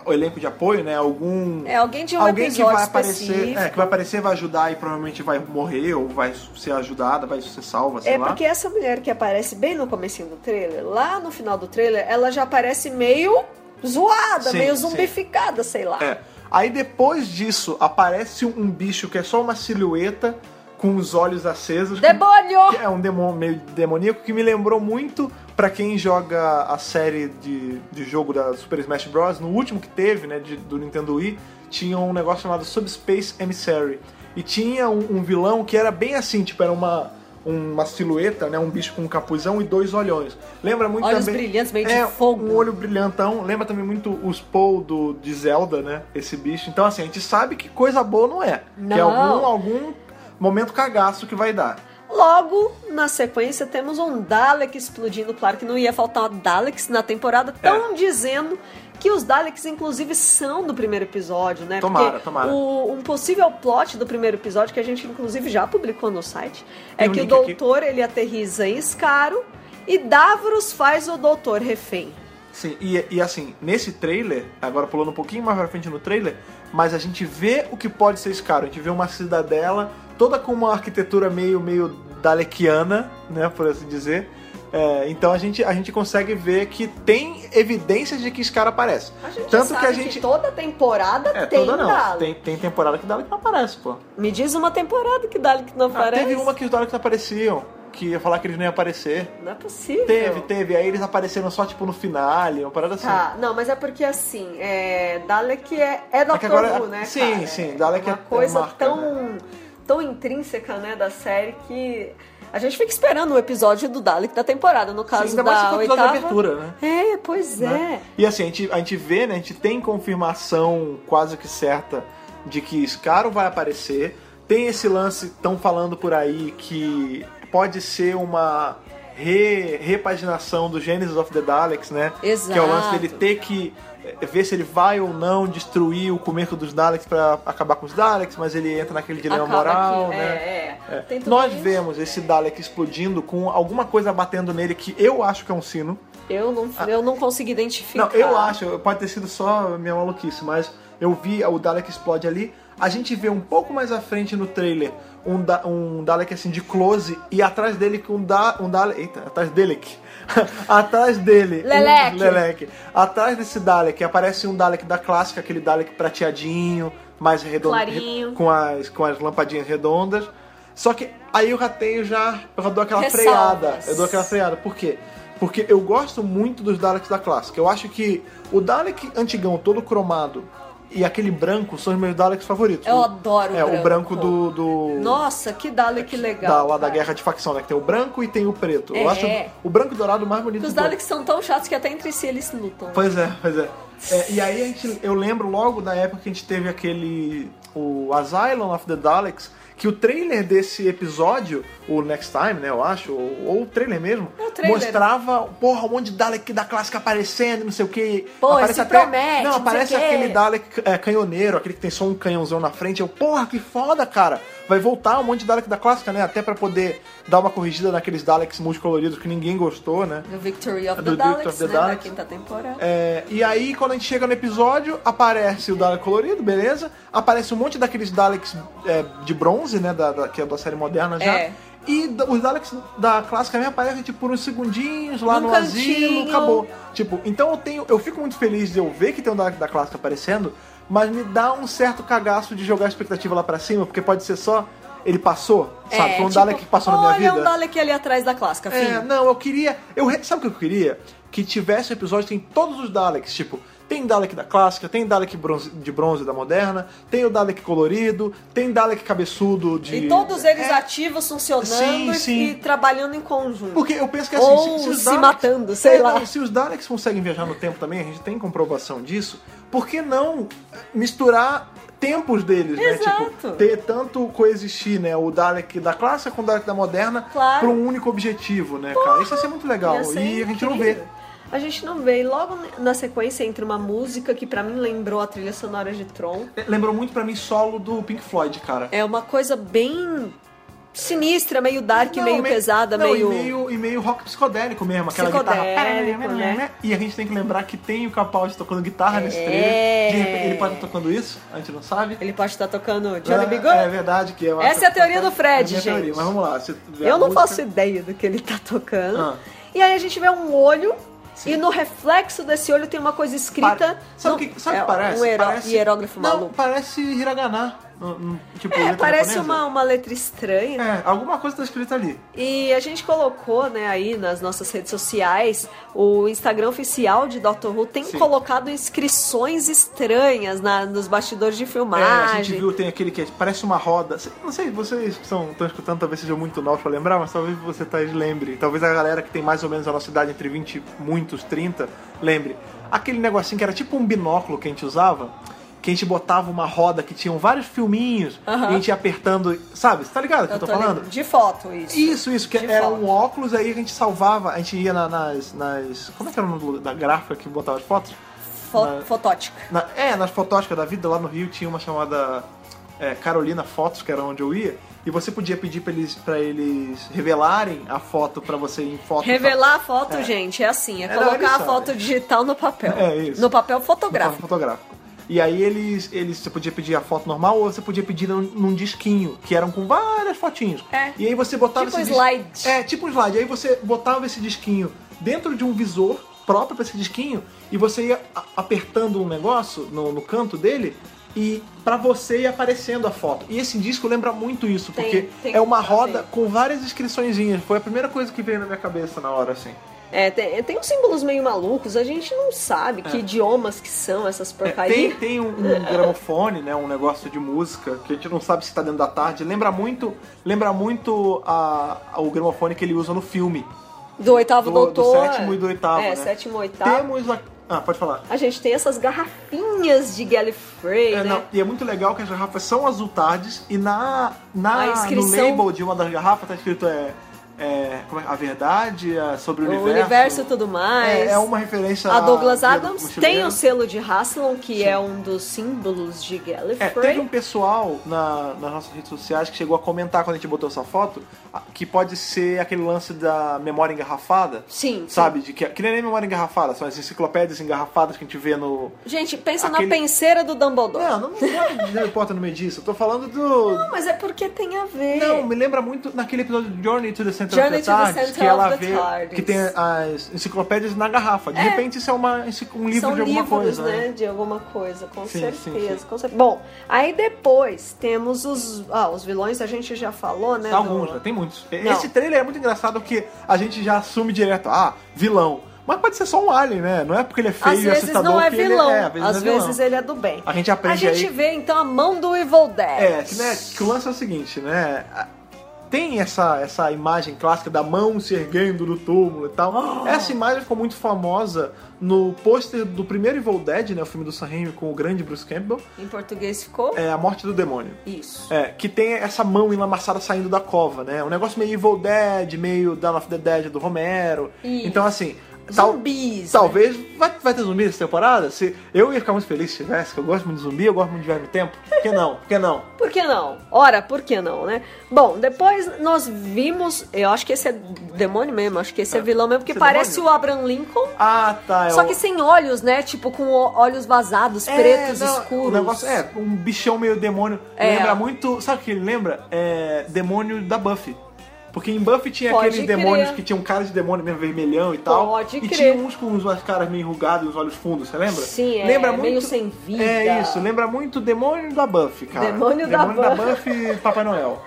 o elenco de apoio, né? Algum. É, alguém de um alguém que episódio vai aparecer. específico. É, que vai aparecer, vai ajudar e provavelmente vai morrer, ou vai ser ajudada, vai ser salva, sei É lá. porque essa mulher que aparece bem no comecinho do trailer, lá no final do trailer, ela já aparece meio zoada, Sim, meio sim. zumbificada, sei lá. É. Aí depois disso aparece um bicho que é só uma silhueta com os olhos acesos. que- Demônio! que é um demônio meio demoníaco que me lembrou muito pra quem joga a série de, de jogo da Super Smash Bros. No último que teve, né, de- do Nintendo Wii, tinha um negócio chamado Subspace Emissary. E tinha um, um vilão que era bem assim, tipo, era uma, uma silhueta, né, um bicho com um capuzão e dois olhões. Lembra muito Olhos também... brilhantes, meio É, de fogo. um olho brilhantão. Lembra também muito os Paul do, de Zelda, né? Esse bicho. Então, assim, a gente sabe que coisa boa não é. Que é Não. algum, algum momento cagaço que vai dar. Logo, na sequência, temos um Dalek explodindo. Claro que não ia faltar Daleks na temporada. É. Estão dizendo que os Daleks, inclusive, são do primeiro episódio, né? Tomara, Porque tomara. o- um possível plot do primeiro episódio, que a gente, inclusive, já publicou no site, Tem é um que o link aqui. doutor, ele aterriza em Scaro e Davros faz o doutor refém. Sim, e, e assim, nesse trailer, agora pulando um pouquinho mais pra frente no trailer, mas a gente vê o que pode ser Scaro. A gente vê uma cidadela toda com uma arquitetura meio, meio dalekiana, né, por assim dizer. É, então a gente, a gente consegue ver que tem evidências de que Scaro aparece. A gente Tanto sabe que a gente... toda temporada É, tem toda não. Dalek. Tem, tem temporada que Dalek não aparece, pô. Me diz uma temporada que Dalek não Ah, aparece. teve uma que os Daleks não apareciam, que ia falar que eles não iam aparecer. Não é possível. Teve, teve. Aí eles apareceram só, tipo, no finale, uma parada assim. Tá, não, mas é porque assim, é, Dalek é, é É que Doctor agora- Who, né? sim, cara? sim, Dalek é é- uma é coisa marca, né? tão, tão intrínseca, né, da série que a gente fica esperando o episódio do Dalek da temporada, no caso Sim, ainda mais se da for o episódio de oitava. abertura, né? É, pois né? é. E assim, a gente, a gente vê, né? A gente tem confirmação quase que certa de que Scaro vai aparecer. Tem esse lance, estão falando por aí, que pode ser uma re- repaginação do Genesis of the Daleks, né? Exato. Que é o lance dele ter que eh, ver se ele vai ou não destruir o começo dos Daleks pra acabar com os Daleks, mas ele entra naquele dilema Acaba moral, que- né? É, é. É. Tem tudo Nós isso. vemos esse Dalek explodindo com alguma coisa batendo nele que eu acho que é um sino. Eu não, eu não consegui identificar. Ah. Não, eu acho, pode ter sido só minha maluquice, mas eu vi o Dalek explode ali. A gente vê um pouco mais à frente no trailer um, da- um Dalek assim de close e atrás dele com um, da, um Dalek. Eita, atrás dele. atrás dele. um Leleque. Leleque. Atrás desse Dalek aparece um Dalek da clássica, aquele Dalek prateadinho, mais redondo. Clarinho. Com as, com as lampadinhas redondas. Só que aí eu já tenho já. Eu já dou aquela Ressalvas. freada. Eu dou aquela freada. Por quê? Porque eu gosto muito dos Daleks da clássica. Eu acho que o Dalek antigão, todo cromado, e aquele branco são os meus Daleks favoritos. Eu O- adoro o É, o branco branco do. do- Nossa, que Dalek legal. da, lá da guerra de facção, né? Que tem o branco e tem o preto. Eu É. acho o branco e dourado mais bonito Os de todos. Daleks são tão chatos que até entre si eles lutam. Pois é, pois é. É, e aí a gente, eu lembro logo da época que a gente teve aquele. O Asylum of the Daleks, que o trailer desse episódio, o Next Time, né, eu acho, ou, ou o trailer mesmo, É o trailer. mostrava, porra, um monte de Dalek da clássica aparecendo, não sei o que. Pô, aparece esse até, promete, Não, não aparece sei o quê. aquele Dalek é, canhoneiro, aquele que tem só um canhãozão na frente. Eu, porra, que foda, cara. Vai voltar um monte de Dalek da clássica, né? Até pra poder dar uma corrigida naqueles Daleks multicoloridos que ninguém gostou, né? Do Victory of Do Victory the Daleks, of the né? Daleks. Da quinta temporada. É, e aí, quando a gente chega no episódio, aparece o Dalek colorido, beleza? Aparece um monte daqueles Daleks é, de bronze, né? Da, da- que é da série moderna já. É. E da- os Daleks da clássica mesmo aparecem, tipo, por uns segundinhos lá Num no asilo, cantinho. acabou. Tipo, então eu tenho. Eu fico muito feliz de eu ver que tem um Dalek da clássica aparecendo, mas me dá um certo cagaço de jogar a expectativa lá pra cima, porque pode ser só. Ele passou, sabe? Foi um tipo, Dalek que passou na minha vida. Olha um Dalek ali atrás da clássica, fim. É, não, eu queria. Eu, re- sabe o que eu queria? Que tivesse um episódio que tem todos os Daleks, tipo. Tem Dalek da clássica, tem Dalek bronze- de bronze da moderna, tem o Dalek colorido, tem Dalek cabeçudo de. E todos eles É, ativos, funcionando Sim, e- sim. e trabalhando em conjunto. Porque eu penso que assim, Ou se, os se Daleks- matando, sei É, lá. não, se os Daleks conseguem viajar no tempo também, a gente tem comprovação disso, por que não eh, misturar tempos deles, né? Tipo, Exato. ter tanto coexistir, né? O Dalek da clássica com o Dalek da moderna Claro. pra um único objetivo, né, cara? Isso ia ser muito legal. Ia ser E a gente não vê. assim, incrível. A gente não vê. E logo na sequência entra uma música que pra mim lembrou a trilha sonora de Tron. Lembrou muito pra mim solo do Pink Floyd, cara. É uma coisa bem sinistra, meio dark, Não, É meio pesada, não, meio... E meio, e meio rock psicodélico mesmo, aquela Psicodélico, guitarra. né? E a gente tem que lembrar que tem o Capaldi tocando guitarra nesse É. trailer. De repente, ele pode estar tocando isso, a gente não sabe. Ele pode estar tocando Johnny É, Bigot? É verdade que eu Essa acho é a teoria do Fred, é a minha gente. Teoria, mas vamos lá. você vê a Eu não música- faço ideia do que ele tá tocando. Ah. E aí a gente vê um olho Sim. e no reflexo desse olho tem uma coisa escrita. Pare- Sabe o no- que, sabe o é, que parece? Um hieró- parece... hierógrafo não, maluco. parece hiragana. no- no- Tipo, É, letra parece japonesa. uma, uma letra estranha. É, alguma coisa tá escrita ali. E a gente colocou, né, aí nas nossas redes sociais, o Instagram oficial de Dr. Who tem Sim. colocado inscrições estranhas na, nos bastidores de filmagem. É, a gente viu, tem aquele que é- parece uma roda. Cê- Não sei, vocês que estão escutando talvez sejam muito novos pra lembrar, mas talvez você tá lembre. Talvez a galera que tem mais ou menos a nossa idade, entre 20 e muitos, 30, lembre. Aquele negocinho que era tipo um binóculo que a gente usava, que a gente botava uma roda que tinham vários filminhos, e a gente ia apertando, sabe? Você tá ligado o que eu tô, falando? lembrando. De foto, isso. Isso, isso, que De era foto. um óculos, aí a gente salvava, a gente ia na- nas, nas. Como é que era o nome do- da gráfica que botava as fotos? Fo- na- Fotótica. Na- é, nas fotóticas da vida lá no Rio tinha uma chamada é, Carolina Fotos, que era onde eu ia, e você podia pedir pra eles, pra eles revelarem a foto pra você em foto. Revelar a foto, É. gente, é assim, é Ela colocar a sabe. foto digital no papel. É, isso. No papel fotográfico. fotográfico. fotográfico. E aí eles, eles você podia pedir a foto normal ou você podia pedir num, num disquinho, que eram com várias fotinhos. É. E aí você botava Tipo esse slide. dis- É, tipo um slide. Aí você botava esse disquinho dentro de um visor próprio pra esse disquinho e você ia a- apertando um negócio no, no canto dele e pra você ia aparecendo a foto. E esse disco lembra muito isso, Tem- porque tem é uma que fazer. roda com várias inscriçõezinhas. Foi a primeira coisa que veio na minha cabeça na hora, assim. É, tem, tem uns símbolos meio malucos, a gente não sabe que idiomas que são essas É, tem, porcarias. tem um, um gramofone, né? Um negócio de música que a gente não sabe se tá dentro da tarde. Lembra muito, lembra muito a, a- o gramofone que ele usa no filme. Do oitavo Do, doutor. do sétimo e do oitavo, É, né? sétimo, Tá. oitavo. Temos a... Ah, pode falar. A gente tem essas garrafinhas de Gallifrey, É, né? não, e é muito legal que as garrafas são azul tardes e na, A na inscrição- no label de uma das garrafas tá escrito é, é, como é- a verdade é sobre o, O universo. universo e tudo mais. É, é uma referência A Douglas à- Adams tem mochileiro. o selo de Haslam, que é um dos símbolos de É, teve um Gallifrey. pessoal na- nas nossas redes sociais que chegou a comentar quando a gente botou essa foto a- que pode ser aquele lance da memória engarrafada. Sim, sim. Sabe? De que, que nem memória engarrafada, são as enciclopédias engarrafadas que a gente vê no. Gente, pensa Aquele- na penseira do Dumbledore. Não, não, não é de Harry Potter no meio disso. Eu tô falando do. Não, mas é porque tem a ver. Não, me lembra muito naquele episódio de Journey to the Center Journey of to the the Tardes, Center que ela of the vê Tardes. que tem as enciclopédias na garrafa. De repente isso é uma, enciclo- um livro São de alguma livros, coisa. né? De alguma coisa, com Sim, certeza. sim, sim. com certeza. Bom, aí depois temos os. Ah, os vilões a gente já falou, né? Alguns, do- né? Tem muitos. Não. Esse trailer é muito engraçado porque a gente já assume direto, ah, vilão. Mas pode ser só um alien, né? Não é porque ele é feio Às e vezes assustador não é que ele vilão, é. às não é vezes ele é do bem. A gente aprende a gente aí. vê então a mão do Evil Dead. É, que, né, que o lance é o seguinte, né? a- Tem essa, essa imagem clássica da mão se erguendo do túmulo e tal. Essa imagem ficou muito famosa no pôster do primeiro Evil Dead, né? O filme do Sam Raimi com o grande Bruce Campbell. Em português ficou É A Morte do Demônio. isso. É, que tem essa mão enlamaçada saindo da cova, né? Um negócio meio Evil Dead, meio Dawn of the Dead do Romero. Isso. Então, assim. tal- Zumbis. né? Talvez vai, vai ter zumbi essa temporada? Se, eu ia ficar muito feliz se tivesse, que eu gosto muito de zumbi, eu gosto muito de viagem no tempo. Por que não? Por que não? Por que não? Ora, por que não, né? Bom, depois nós vimos. Eu acho que esse é demônio mesmo, acho que esse é, vilão mesmo, porque Esse é parece demônio? o Abraham Lincoln. Ah, tá. é Só o- que sem olhos, né? Tipo, com ó- olhos vazados, É, pretos, não, escuros. O negócio é um bichão meio demônio. É. Lembra muito. Sabe o que ele lembra? É demônio da Buffy. Porque em Buffy tinha Pode aqueles crer. demônios que tinham cara de demônio mesmo vermelhão e tal. Pode e crer. tinha uns com umas caras meio enrugadas e os olhos fundos, você lembra? Sim, é, lembra meio sem vida. É isso, lembra muito demônio da Buffy, cara. Demônio da da Buffy e Papai Noel.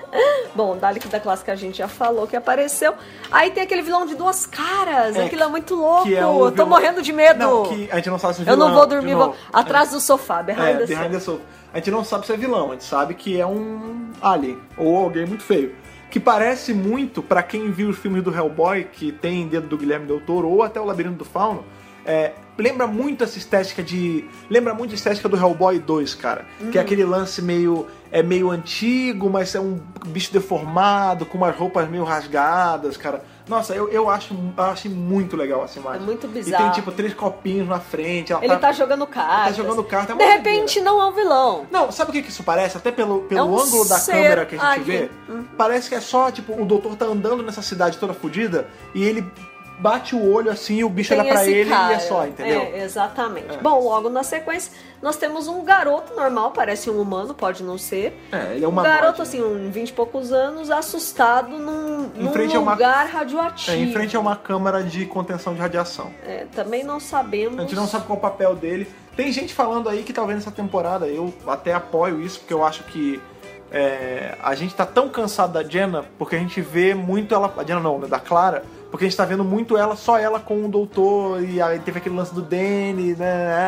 Bom, Dalek da clássica a gente já falou que apareceu. Aí tem aquele vilão de duas caras. É, aquilo é muito louco. que é o eu tô vilão- morrendo de medo. Não, que a gente não sabe se é Eu não vilão, vou de dormir novo. vou... atrás do sofá, É, behind the Behind sofa. the Soul. A gente não sabe se é vilão, a gente sabe que é um alien ou alguém muito feio. Que parece muito, pra quem viu os filmes do Hellboy, que tem dedo do Guilherme Del Toro, ou até o Labirinto do Fauno, É, lembra muito essa estética de. Lembra muito a estética do Hellboy 2, cara. Que Uhum. é aquele lance meio. É meio antigo, mas é um bicho deformado, com umas roupas meio rasgadas, cara. Nossa, eu, eu acho eu achei muito legal essa imagem. É muito E tem bizarro. tipo três copinhos na frente. ela Ele tá jogando cartas. Tá jogando carta, é De uma repente não é um vilão. Não, sabe o que, que isso parece? Até pelo, pelo É um ângulo da ser Uhum. câmera que a gente ali. vê, parece que é só, tipo, o doutor tá andando nessa cidade toda fodida e ele bate o olho assim e o bicho Tem olha pra esse ele e é cara. só, entendeu? É, exatamente. É. Bom, logo na sequência, nós temos um garoto normal, parece um humano, pode não ser. É, ele é Um uma garoto, assim, um 20 e poucos anos, assustado num, num frente a uma- lugar É, radioativo. em frente a uma câmara de contenção de radiação. É, também não sabemos. A gente não sabe qual é o papel dele. Tem gente falando aí que talvez nessa temporada, eu até apoio isso, porque eu acho que é, a gente tá tão cansado da Jenna, porque a gente vê muito ela. A Jenna não, né, da Clara, porque a gente tá vendo muito ela, só ela com o doutor, e aí teve aquele lance do Danny, né?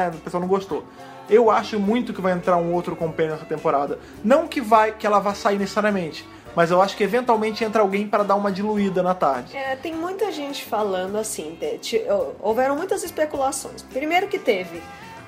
né, O pessoal não gostou. Eu acho muito que vai entrar um outro companheiro nessa temporada. Não que vai que ela vá sair necessariamente, mas eu acho que eventualmente entra alguém para dar uma diluída na tarde. É, tem muita gente falando assim, te- te- houveram muitas especulações. Primeiro que teve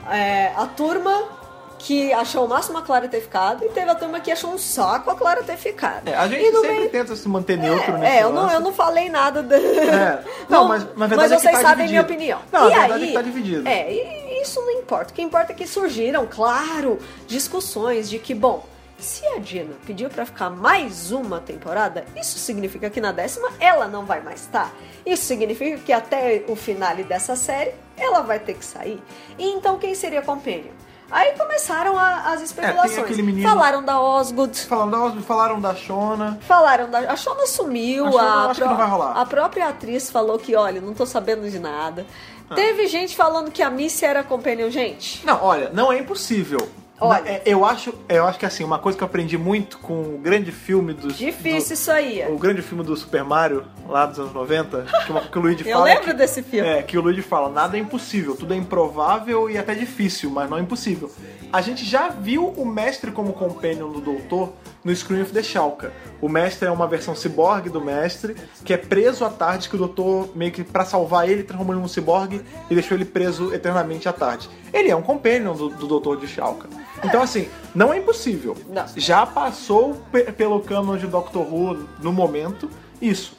é, a turma que achou o máximo a Clara ter ficado e teve a turma que achou um saco a Clara ter ficado. É, a gente E no sempre meio- tenta se manter neutro nesse É, eu não, lance. eu não falei nada. da- É. Não, mas- mas a verdade é que vocês tá sabem dividido. minha opinião. Não, a e verdade aí, é que tá dividido. É, e isso não importa. O que importa é que surgiram, claro, discussões de que, bom, se a Dina pediu pra ficar mais uma temporada, isso significa que na décima ela não vai mais estar. Isso significa que até o finale dessa série ela vai ter que sair. E então quem seria companheiro? Aí começaram a- as especulações. É, aquele menino- Falaram da Osgood. Falaram da Osmo, falaram da Shona. Falaram da. A Shona sumiu. A Shona eu a acho que não vai rolar. a própria atriz falou que, olha, não tô sabendo de nada. Ah. Teve gente falando que a Missy era companion, gente. Não, olha, não é impossível. Olha. Na- é, eu acho, eu acho que assim, uma coisa que eu aprendi muito com o grande filme dos Difícil do- isso aí. o grande filme do Super Mario, lá dos anos 90, que, uma- que o Luigi Eu fala. lembro que- desse filme. É, que o Luigi fala: nada é impossível, tudo é improvável e até difícil, mas não é impossível. A gente já viu o mestre como companion do doutor no Scream of the Shalka. O mestre é uma versão ciborgue do mestre, que é preso à tarde, que o doutor, meio que pra salvar ele, transformou ele num ciborgue e deixou ele preso eternamente à tarde. Ele é um companion do, do doutor de Shalka. Então, assim, não é impossível. Não. Já passou pe- pelo canon de Doctor Who no momento, isso.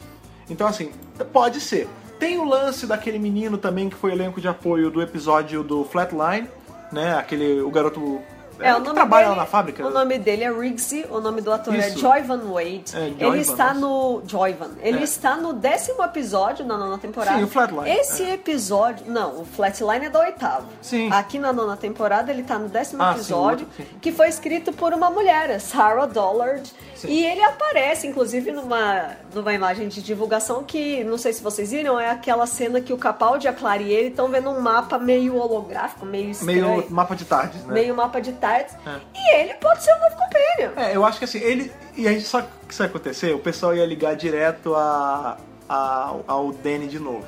Então, assim, pode ser. Tem o lance daquele menino também que foi elenco de apoio do episódio do Flatline, né? Aquele, o garoto é, que trabalha dele- lá na fábrica. O nome dele é Riggsy, o nome do ator é Isso. Joy Van Wade. É, Joy Van, ele está nossa. no. Joy Van. Ele É. está no décimo episódio na nona temporada. Sim, o Flatline, é. Esse episódio. Não, o Flatline é da oitava. Sim. Aqui na nona temporada ele está no décimo Ah, sim, episódio, outro, sim. que foi escrito por uma mulher, a Sarah Dollard. Sim. E ele aparece, inclusive, numa, numa imagem de divulgação que, não sei se vocês viram, é aquela cena que o Capaldi, a Clara e ele estão vendo um mapa meio holográfico, meio estranho. meio mapa de tarde, né? Meio mapa de tardes. É. E ele pode ser um o novo companheiro. É, eu acho que assim, ele. E a gente sabe o que isso ia acontecer? O pessoal ia ligar direto a, a- ao Danny de novo.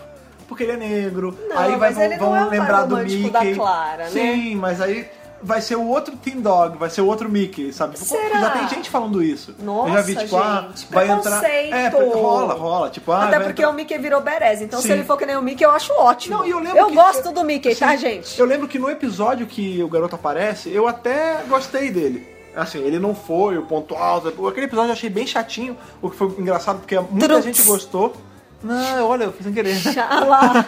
Porque ele é negro, Não, aí vai, mas vão, ele não vão é o par lembrar do romântico Mickey. da Clara, né? Sim, mas aí vai ser o outro Teen Dog, vai ser o outro Mickey, sabe? Porque Será? Já tem gente falando isso. Nossa, eu já vi, tipo, ah, gente, vai entrar. É, preconceito. rola, rola. Tipo, ah, Até vai porque entrar... o Mickey virou Berez, então se Sim. ele for que nem o Mickey, eu acho ótimo. Não, e eu lembro que- gosto do Mickey, tá, Sim. gente? Assim, Eu lembro que no episódio que o garoto aparece, eu até gostei dele. Assim, ele não foi o ponto alto. Aquele episódio eu achei bem chatinho, o que foi engraçado porque muita Trunks. gente gostou. Não, olha, eu fiz sem querer. Xalá.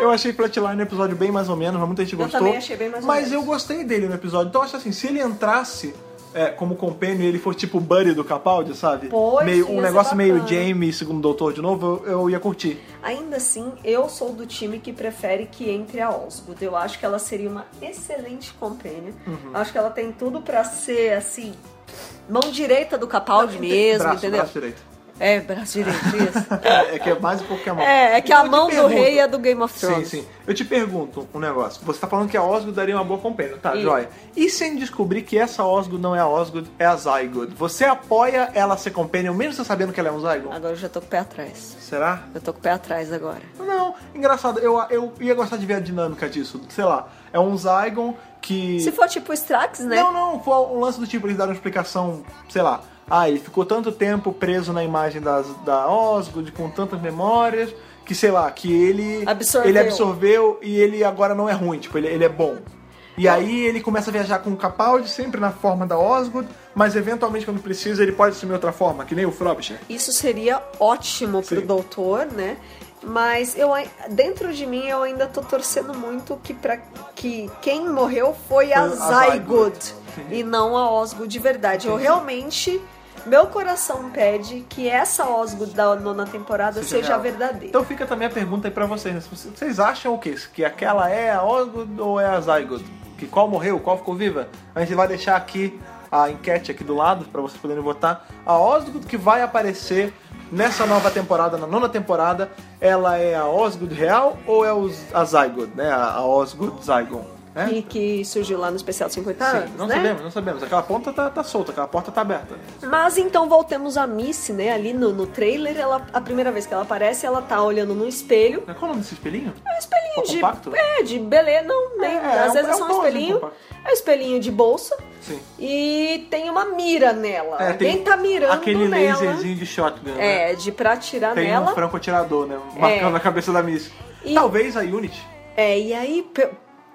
Eu achei Flatline no episódio bem mais ou menos, mas muita gente gostou. também achei bem mais ou Mas menos. eu gostei dele no episódio. Então eu acho assim, se ele entrasse é, como companheiro e ele for tipo o Buddy do Capaldi, sabe? Pois, meio, ia um ser negócio meio bacana. Jamie, segundo o doutor de novo, eu, eu ia curtir. Ainda assim, eu sou do time que prefere que entre a Osgood. Eu acho que ela seria uma excelente companheira. Uhum. Acho que ela tem tudo pra ser, assim, mão direita do Capaldi mesmo, braço, entendeu? braço direito. É, braço direito, isso. É, é que é mais um pouco que a mão. é, é que a Eu te mão do pergunto- rei é do Game of Sim, Thrones. sim. Eu te pergunto um negócio. Você tá falando que a Osgood daria uma boa companhia, tá, Isso. joia? E sem descobrir que essa Osgood não é a Osgood, é a Zygood? Você apoia ela ser companhia, mesmo você sabendo que ela é um Zygood? Agora eu já tô com o pé atrás. Será? Eu tô com o pé atrás agora. Não, engraçado, eu, eu ia gostar de ver a dinâmica disso. Sei lá, é um Zygon que. Se for tipo Strax, né? Não, não, foi um lance do tipo, eles deram uma explicação, sei lá. Ah, ele ficou tanto tempo preso na imagem das, da Osgood, com tantas memórias, que sei lá, que ele Absorveu. ele absorveu e ele agora não é ruim, tipo, ele, ele é bom. E aí ele começa a viajar com o Capaldi, sempre na forma da Osgood, mas eventualmente quando precisa ele pode assumir outra forma, que nem o Frobisher. Isso seria ótimo pro Sim. doutor, né? Mas eu ai- dentro de mim eu ainda tô torcendo muito que para que quem morreu foi a Foi a Zygote. Zygote e não a Osgood de verdade. Eu realmente meu coração pede que essa Osgood da nona temporada Seja seja, real. a verdadeira. Então fica também a pergunta aí pra vocês, né? Se vocês- Vocês acham o quê? Que aquela é a Osgood ou é a Zygote? Que qual morreu, qual ficou viva? A gente vai deixar aqui a enquete aqui do lado pra vocês poderem votar. A Osgood que vai aparecer nessa nova temporada, na nona temporada, ela é a Osgood real ou é os- a Zygote, né? A a Osgood Zygon, né? E que surgiu lá no especial 50 Sim, anos, não né? sabemos, não sabemos. Aquela ponta tá, tá solta, aquela porta tá aberta. Mas então voltemos à Missy, né? Ali no, no trailer, ela, a primeira vez que ela aparece, ela tá olhando no espelho. Qual é o nome desse espelhinho? É um espelhinho Ou de. compacto? É, de beleza. Não, nem. É, é às um- vezes é é um só um bolso espelhinho. compacto. É um espelhinho de bolsa. Sim. E tem uma mira nela. É, Alguém tá mirando Aquele nela. laserzinho de shotgun. né? É, de pra atirar Tem um nela. É. franco atirador, né? Marcando a cabeça da Miss. E- Talvez a Unity. É, e aí pe-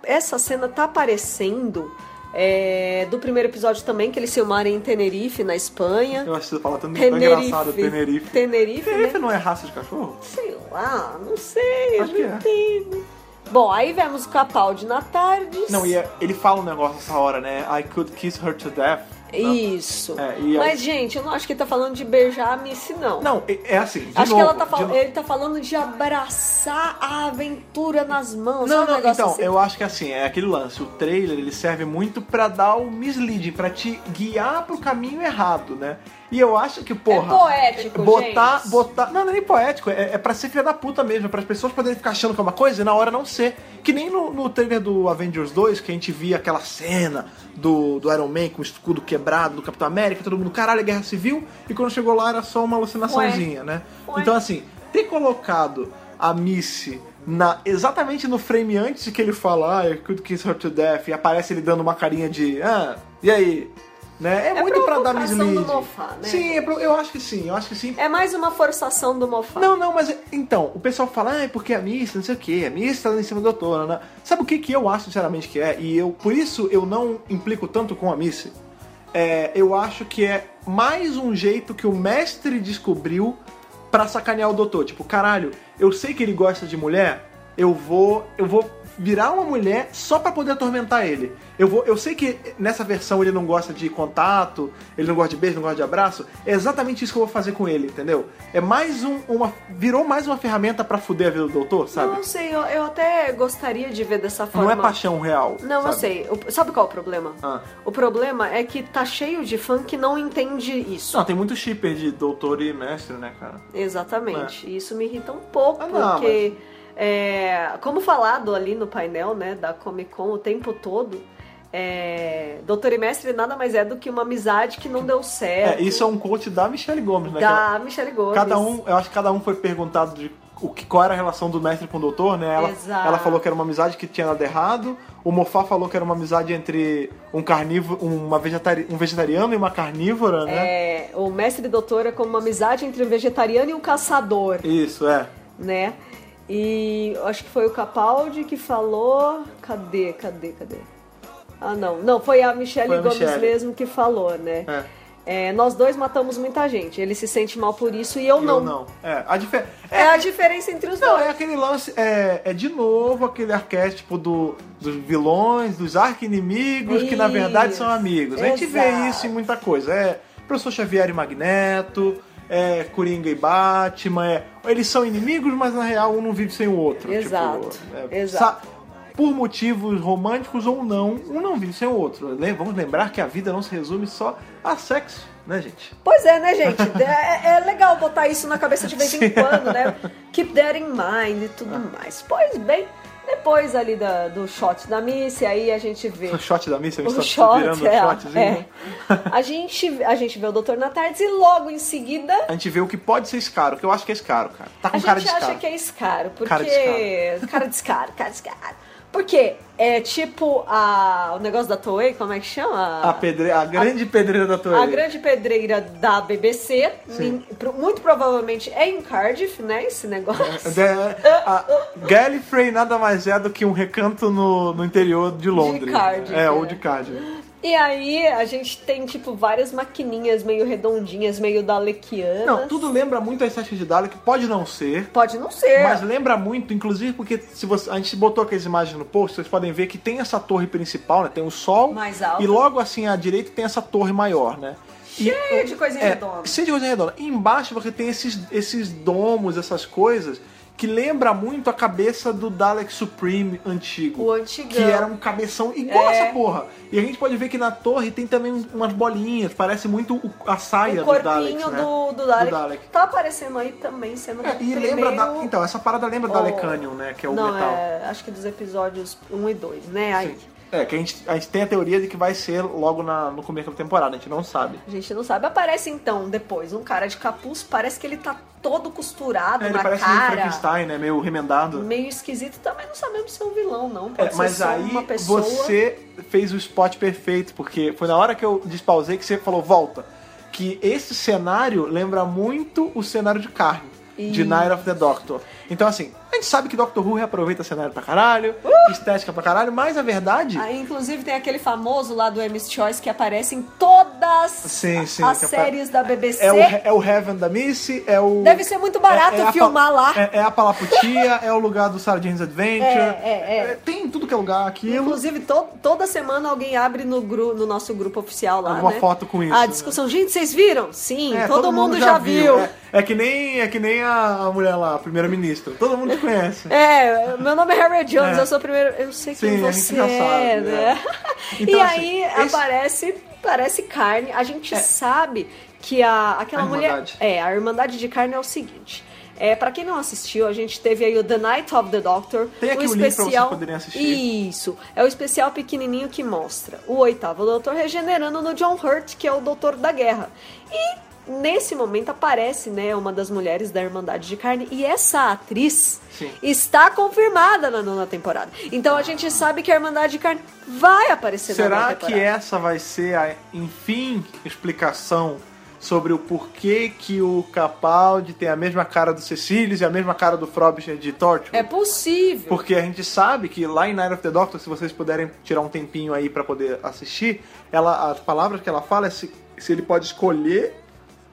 essa cena tá aparecendo. é, do primeiro episódio também, que eles filmaram em Tenerife, na Espanha. Eu acho que você fala tanto tão Tenerife. Tá engraçado, Tenerife. Tenerife, né? Tenerife não é raça de cachorro? Sei lá, não sei, Acho não que é. entendo. Bom, aí vemos o Capaldi na tarde. Não, e é- ele fala um negócio nessa hora, né? I could kiss her to death. Não. Isso. É, e aí- Mas, gente, eu não acho que ele tá falando de beijar a Missy, não. Não, é é assim. de acho novo, que ela tá de fal- novo. ele tá falando de abraçar a aventura nas mãos. Não, sabe um não, negócio então, assim? eu acho que assim, é aquele lance. O trailer ele serve muito pra dar o misleading, pra te guiar pro caminho errado, né? E eu acho É que, porra. poético, botar, gente. botar. Não, não é nem poético, é, é pra ser filha da puta mesmo, para as pessoas poderem ficar achando que é uma coisa e na hora não ser. Que nem no, no trailer do Avengers 2, que a gente via aquela cena do, do Iron Man com o escudo quebrado, do Capitão América, todo mundo, caralho, é guerra civil, e quando chegou lá era só uma alucinaçãozinha, né? Ué. Então, assim, ter colocado a Missy na, exatamente no frame antes de que ele fala, ah, I could kiss her to death, e aparece ele dando uma carinha de, ah, e aí? Né? É, É muito pra dar provocação misleading. do Moffat, né? Sim, é pro- eu acho que sim, eu acho que sim. É, É mais uma forçação do Moffat. Não, não, mas então, o pessoal fala, ah, é porque a Miss, não sei o quê, a Miss tá em cima do doutor, né? Sabe o que, que eu acho, sinceramente, que é? E eu, por isso, eu não implico tanto com a Miss. É, eu acho que é mais um jeito que o mestre descobriu pra sacanear o doutor. Tipo, caralho, eu sei que ele gosta de mulher, eu vou. Eu vou virar uma mulher só pra poder atormentar ele. Eu, vou, eu sei que nessa versão ele não gosta de contato, ele não gosta de beijo, não gosta de abraço. É exatamente isso que eu vou fazer com ele, entendeu? É mais um, uma. Virou mais uma ferramenta pra fuder a vida do doutor, sabe? Não sei, eu, eu até gostaria de ver dessa Não, forma. é paixão real. Não, eu sabe? sei. O- sabe qual é o problema? Ah. O problema é que tá cheio de fã que não entende isso. Não, tem muito shipper de doutor e mestre, né, cara? Exatamente. E Isso me irrita um pouco, Ah, não, porque, é, como falado ali no painel né, da Comic Con o tempo todo, é, Doutor e Mestre nada mais é do que uma amizade que não deu certo. É, isso é um coach da Michelle Gomes, né? que ela- Da Michelle Gomes. Cada um, eu acho que cada um foi perguntado de o que, qual era a relação do mestre com o doutor, né? Ela, Exato. ela falou que era uma amizade que tinha dado errado. O Mofá falou que era uma amizade entre um carnívoro, uma vegetari, um vegetariano e uma carnívora, né? É, o Mestre e Doutor é como uma amizade entre um vegetariano e um caçador, Isso, é. né? E eu acho que foi o Capaldi que falou... Cadê, cadê, cadê? Ah, não. Não, foi a Michelle Foi a Gomes Michelle. mesmo que falou, né? é. É, nós dois matamos muita gente. Ele se sente mal por isso e eu, não. Eu não. É, a diferença. É a diferença entre os Não, dois. é aquele lance, é, é de novo aquele arquétipo do, dos vilões, dos arqui-inimigos, que na Isso. verdade são amigos. A gente vê Exato. isso em muita coisa. É Professor Xavier e Magneto, é Coringa e Batman, é, eles são inimigos, mas na real um não vive sem o outro. Exato. Tipo, Exato. sa- por motivos românticos ou não, um não vive sem o outro. Le- Vamos lembrar que a vida não se resume só a sexo, né, gente? Pois é, né, gente? É, é legal botar isso na cabeça de vez em quando, né? Keep that in mind e tudo Ah. mais. Pois bem, depois ali da- do shot da Missy, aí a gente vê. O shot da missa, a gente O tá shot, virando é, um shotzinho. é. A gente, a gente vê o Doutor na tarde e logo em seguida A gente vê o que pode ser escaro, que eu acho que é escaro, cara. Tá com a cara gente de escaro. acha que é escaro, porque. Cara de escaro. Cara de escaro, cara de escaro. Porque é tipo a, o negócio da Toei, como é que chama? A, pedre... a grande pedreira da Toei. A grande pedreira da BBC, Sim. em- pro- muito provavelmente é em Cardiff, né? Esse É, negócio. De- ah, a Gallifrey nada mais é do que um recanto no, no interior de Londres. Cardiff, É, é. ou de Cardiff. E aí a gente tem, tipo, várias maquininhas meio redondinhas, meio dalequianas. Não, tudo lembra muito as festas de Dalek, pode não ser. Pode não ser. Mas lembra muito, inclusive porque se você, a gente botou aquelas imagens no post, vocês podem ver que tem essa torre principal, né? Tem o sol. Mais alta. E logo assim à direita tem essa torre maior, né? Cheia de coisinha É, redonda. cheio de coisa redonda. E embaixo você tem esses, esses domos, essas coisas, que lembra muito a cabeça do Dalek Supreme antigo. O antigão. Que era um cabeção igual É. essa porra. E a gente pode ver que na torre tem também um- umas bolinhas, parece muito o- a saia O do Um corpinho Dalek, né? do, do Dalek. Do Dalek. Tá aparecendo aí também, sendo É, que e primeiro... lembra da, Então, essa parada lembra Oh. da Lecanion, né? Que é o Não, metal. é, acho que dos episódios 1 e 2, né? Aí, Sim. É, que a gente, a gente tem a teoria de que vai ser logo na- no começo da temporada, a gente não sabe. a gente não sabe. Aparece então, depois, um cara de capuz, parece que ele tá todo costurado É, ele na parece meio cara. Frankenstein, né? Meio remendado. meio esquisito, também não sabemos se é um vilão, não. É, Pode ser mas só aí uma pessoa. você fez o spot perfeito, porque foi na hora que eu despausei que você falou, volta. Que esse cenário lembra muito o cenário de carne. De Night of the Doctor. Então, assim, a gente sabe que Doctor Who reaproveita cenário pra caralho, estética pra caralho, mas a verdade. Uh! Aí, inclusive, tem aquele famoso lá do M's Choice que aparece em todas Sim, sim, as que apa- séries da BBC. É o, é o Heaven da Missy, é o. Deve ser muito barato a filmar pa- lá. É, é a Palaputia, é o lugar do Sardines Adventure. É, é, é. Tem em tudo que é lugar aquilo. Inclusive, to- toda semana alguém abre no, gru- no nosso grupo oficial lá, Alguma né? foto com isso, A né? discussão, gente, vocês viram? Sim, É, todo, mundo, já viu. É, é que nem, é que nem a, a mulher lá, a primeira-ministra. Todo mundo te conhece. É, meu nome é Harry Jones, É. eu sou o primeiro. Eu sei quem Sim, a gente você já sabe, é, é. né? Então, e assim, aí esse- É. aparece, parece carne. A gente sabe que a, aquela A mulher. Irmandade. É, a Irmandade de Carne é o seguinte. É, para quem não assistiu, a gente teve aí o The Night of the Doctor. Tem aqui o o link pra especial... vocês poderem assistir. Isso. É o especial pequenininho que mostra o oitavo doutor regenerando no John Hurt, que é o doutor da guerra. E nesse momento aparece, né, uma das mulheres da Irmandade de Carne. E essa atriz Sim. está confirmada na nona temporada. Então a gente sabe que a Irmandade de Carne vai aparecer na Será nona que temporada. essa vai ser a, enfim, explicação sobre o porquê que o Capaldi tem a mesma cara do Cecilius e a mesma cara do Frobisher de Torture? É possível. Porque a gente sabe que lá em Night of the Doctor, se vocês puderem tirar um tempinho aí pra poder assistir, ela, as palavras que ela fala é se, se ele pode escolher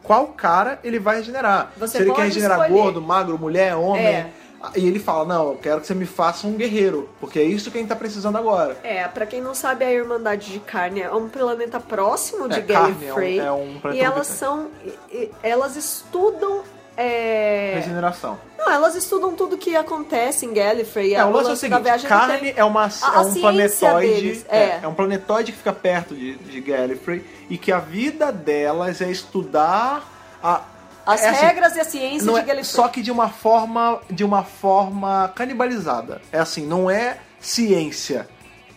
qual cara ele vai regenerar. Você se ele pode quer regenerar escolher. gordo, magro, mulher, homem. É. E ele fala, não, eu quero que você me faça um guerreiro, porque é isso que a gente tá precisando agora. É, pra quem não sabe, a Irmandade de Carne é um planeta próximo de É, Carne é um- Gallifrey. é um planeta e elas orbitante. são. e- e- elas estudam. é, Regeneração. Não, elas estudam tudo que acontece em Gallifrey. É, o lance é da o seguinte, viagem não carne tem- é, uma, a- é a um ciência planetoide. deles, é. é. é um planetoide que fica perto de, de Gallifrey e que a vida delas é estudar a. As é assim, regras e a ciência não de é- Gallifrey. só que de uma forma de uma forma canibalizada. É assim, não é ciência.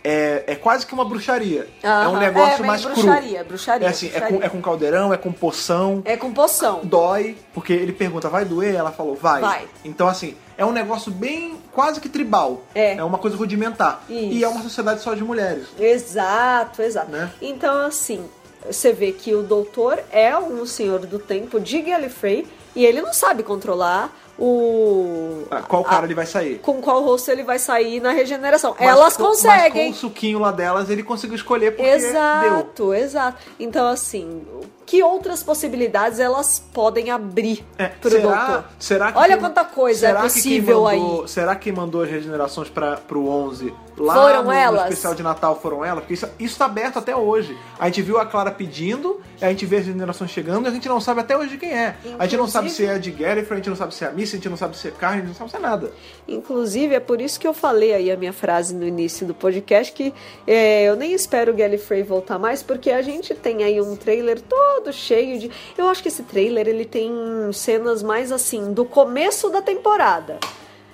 É, é quase que uma bruxaria. é Aham, um negócio meio mais bruxaria, cru. Bruxaria, é assim, é bruxaria. com, é com caldeirão, é com poção. É com poção. Dói, porque ele pergunta, vai doer? Ela falou, vai. Vai. Então, assim, é um negócio bem quase que tribal. É. uma coisa rudimentar. Isso. E é uma sociedade só de mulheres. Exato, exato. Né? Então, assim, você vê que o doutor é um senhor do tempo de Gallifrey e ele não sabe controlar o. Ah, Qual a- cara ele vai sair? com qual rosto ele vai sair na regeneração. Mas Elas com- mas conseguem. com o suquinho lá delas, ele conseguiu escolher porque deu. Exato, exato. Então, assim, que outras possibilidades elas podem abrir É, pro doutor? será que Olha quem- quanta coisa é será que quem possível mandou- aí. Será que quem mandou as regenerações para pro 11 lá Foram no, no elas? especial de Natal foram elas? Porque isso, isso tá aberto até hoje. A gente viu a Clara pedindo, a gente vê as regenerações chegando, e a gente não sabe até hoje de quem é. A gente não sabe se é a de Gallifrey, a gente não sabe se é a Missy, a gente não sabe se é Carne, a gente não sabe se é nada. Inclusive, é por isso que eu falei aí a minha frase no início do podcast que é, eu nem espero o Gallifrey voltar mais, porque a gente tem aí um trailer todo cheio de... Eu acho que esse trailer, ele tem cenas mais assim, do começo da temporada.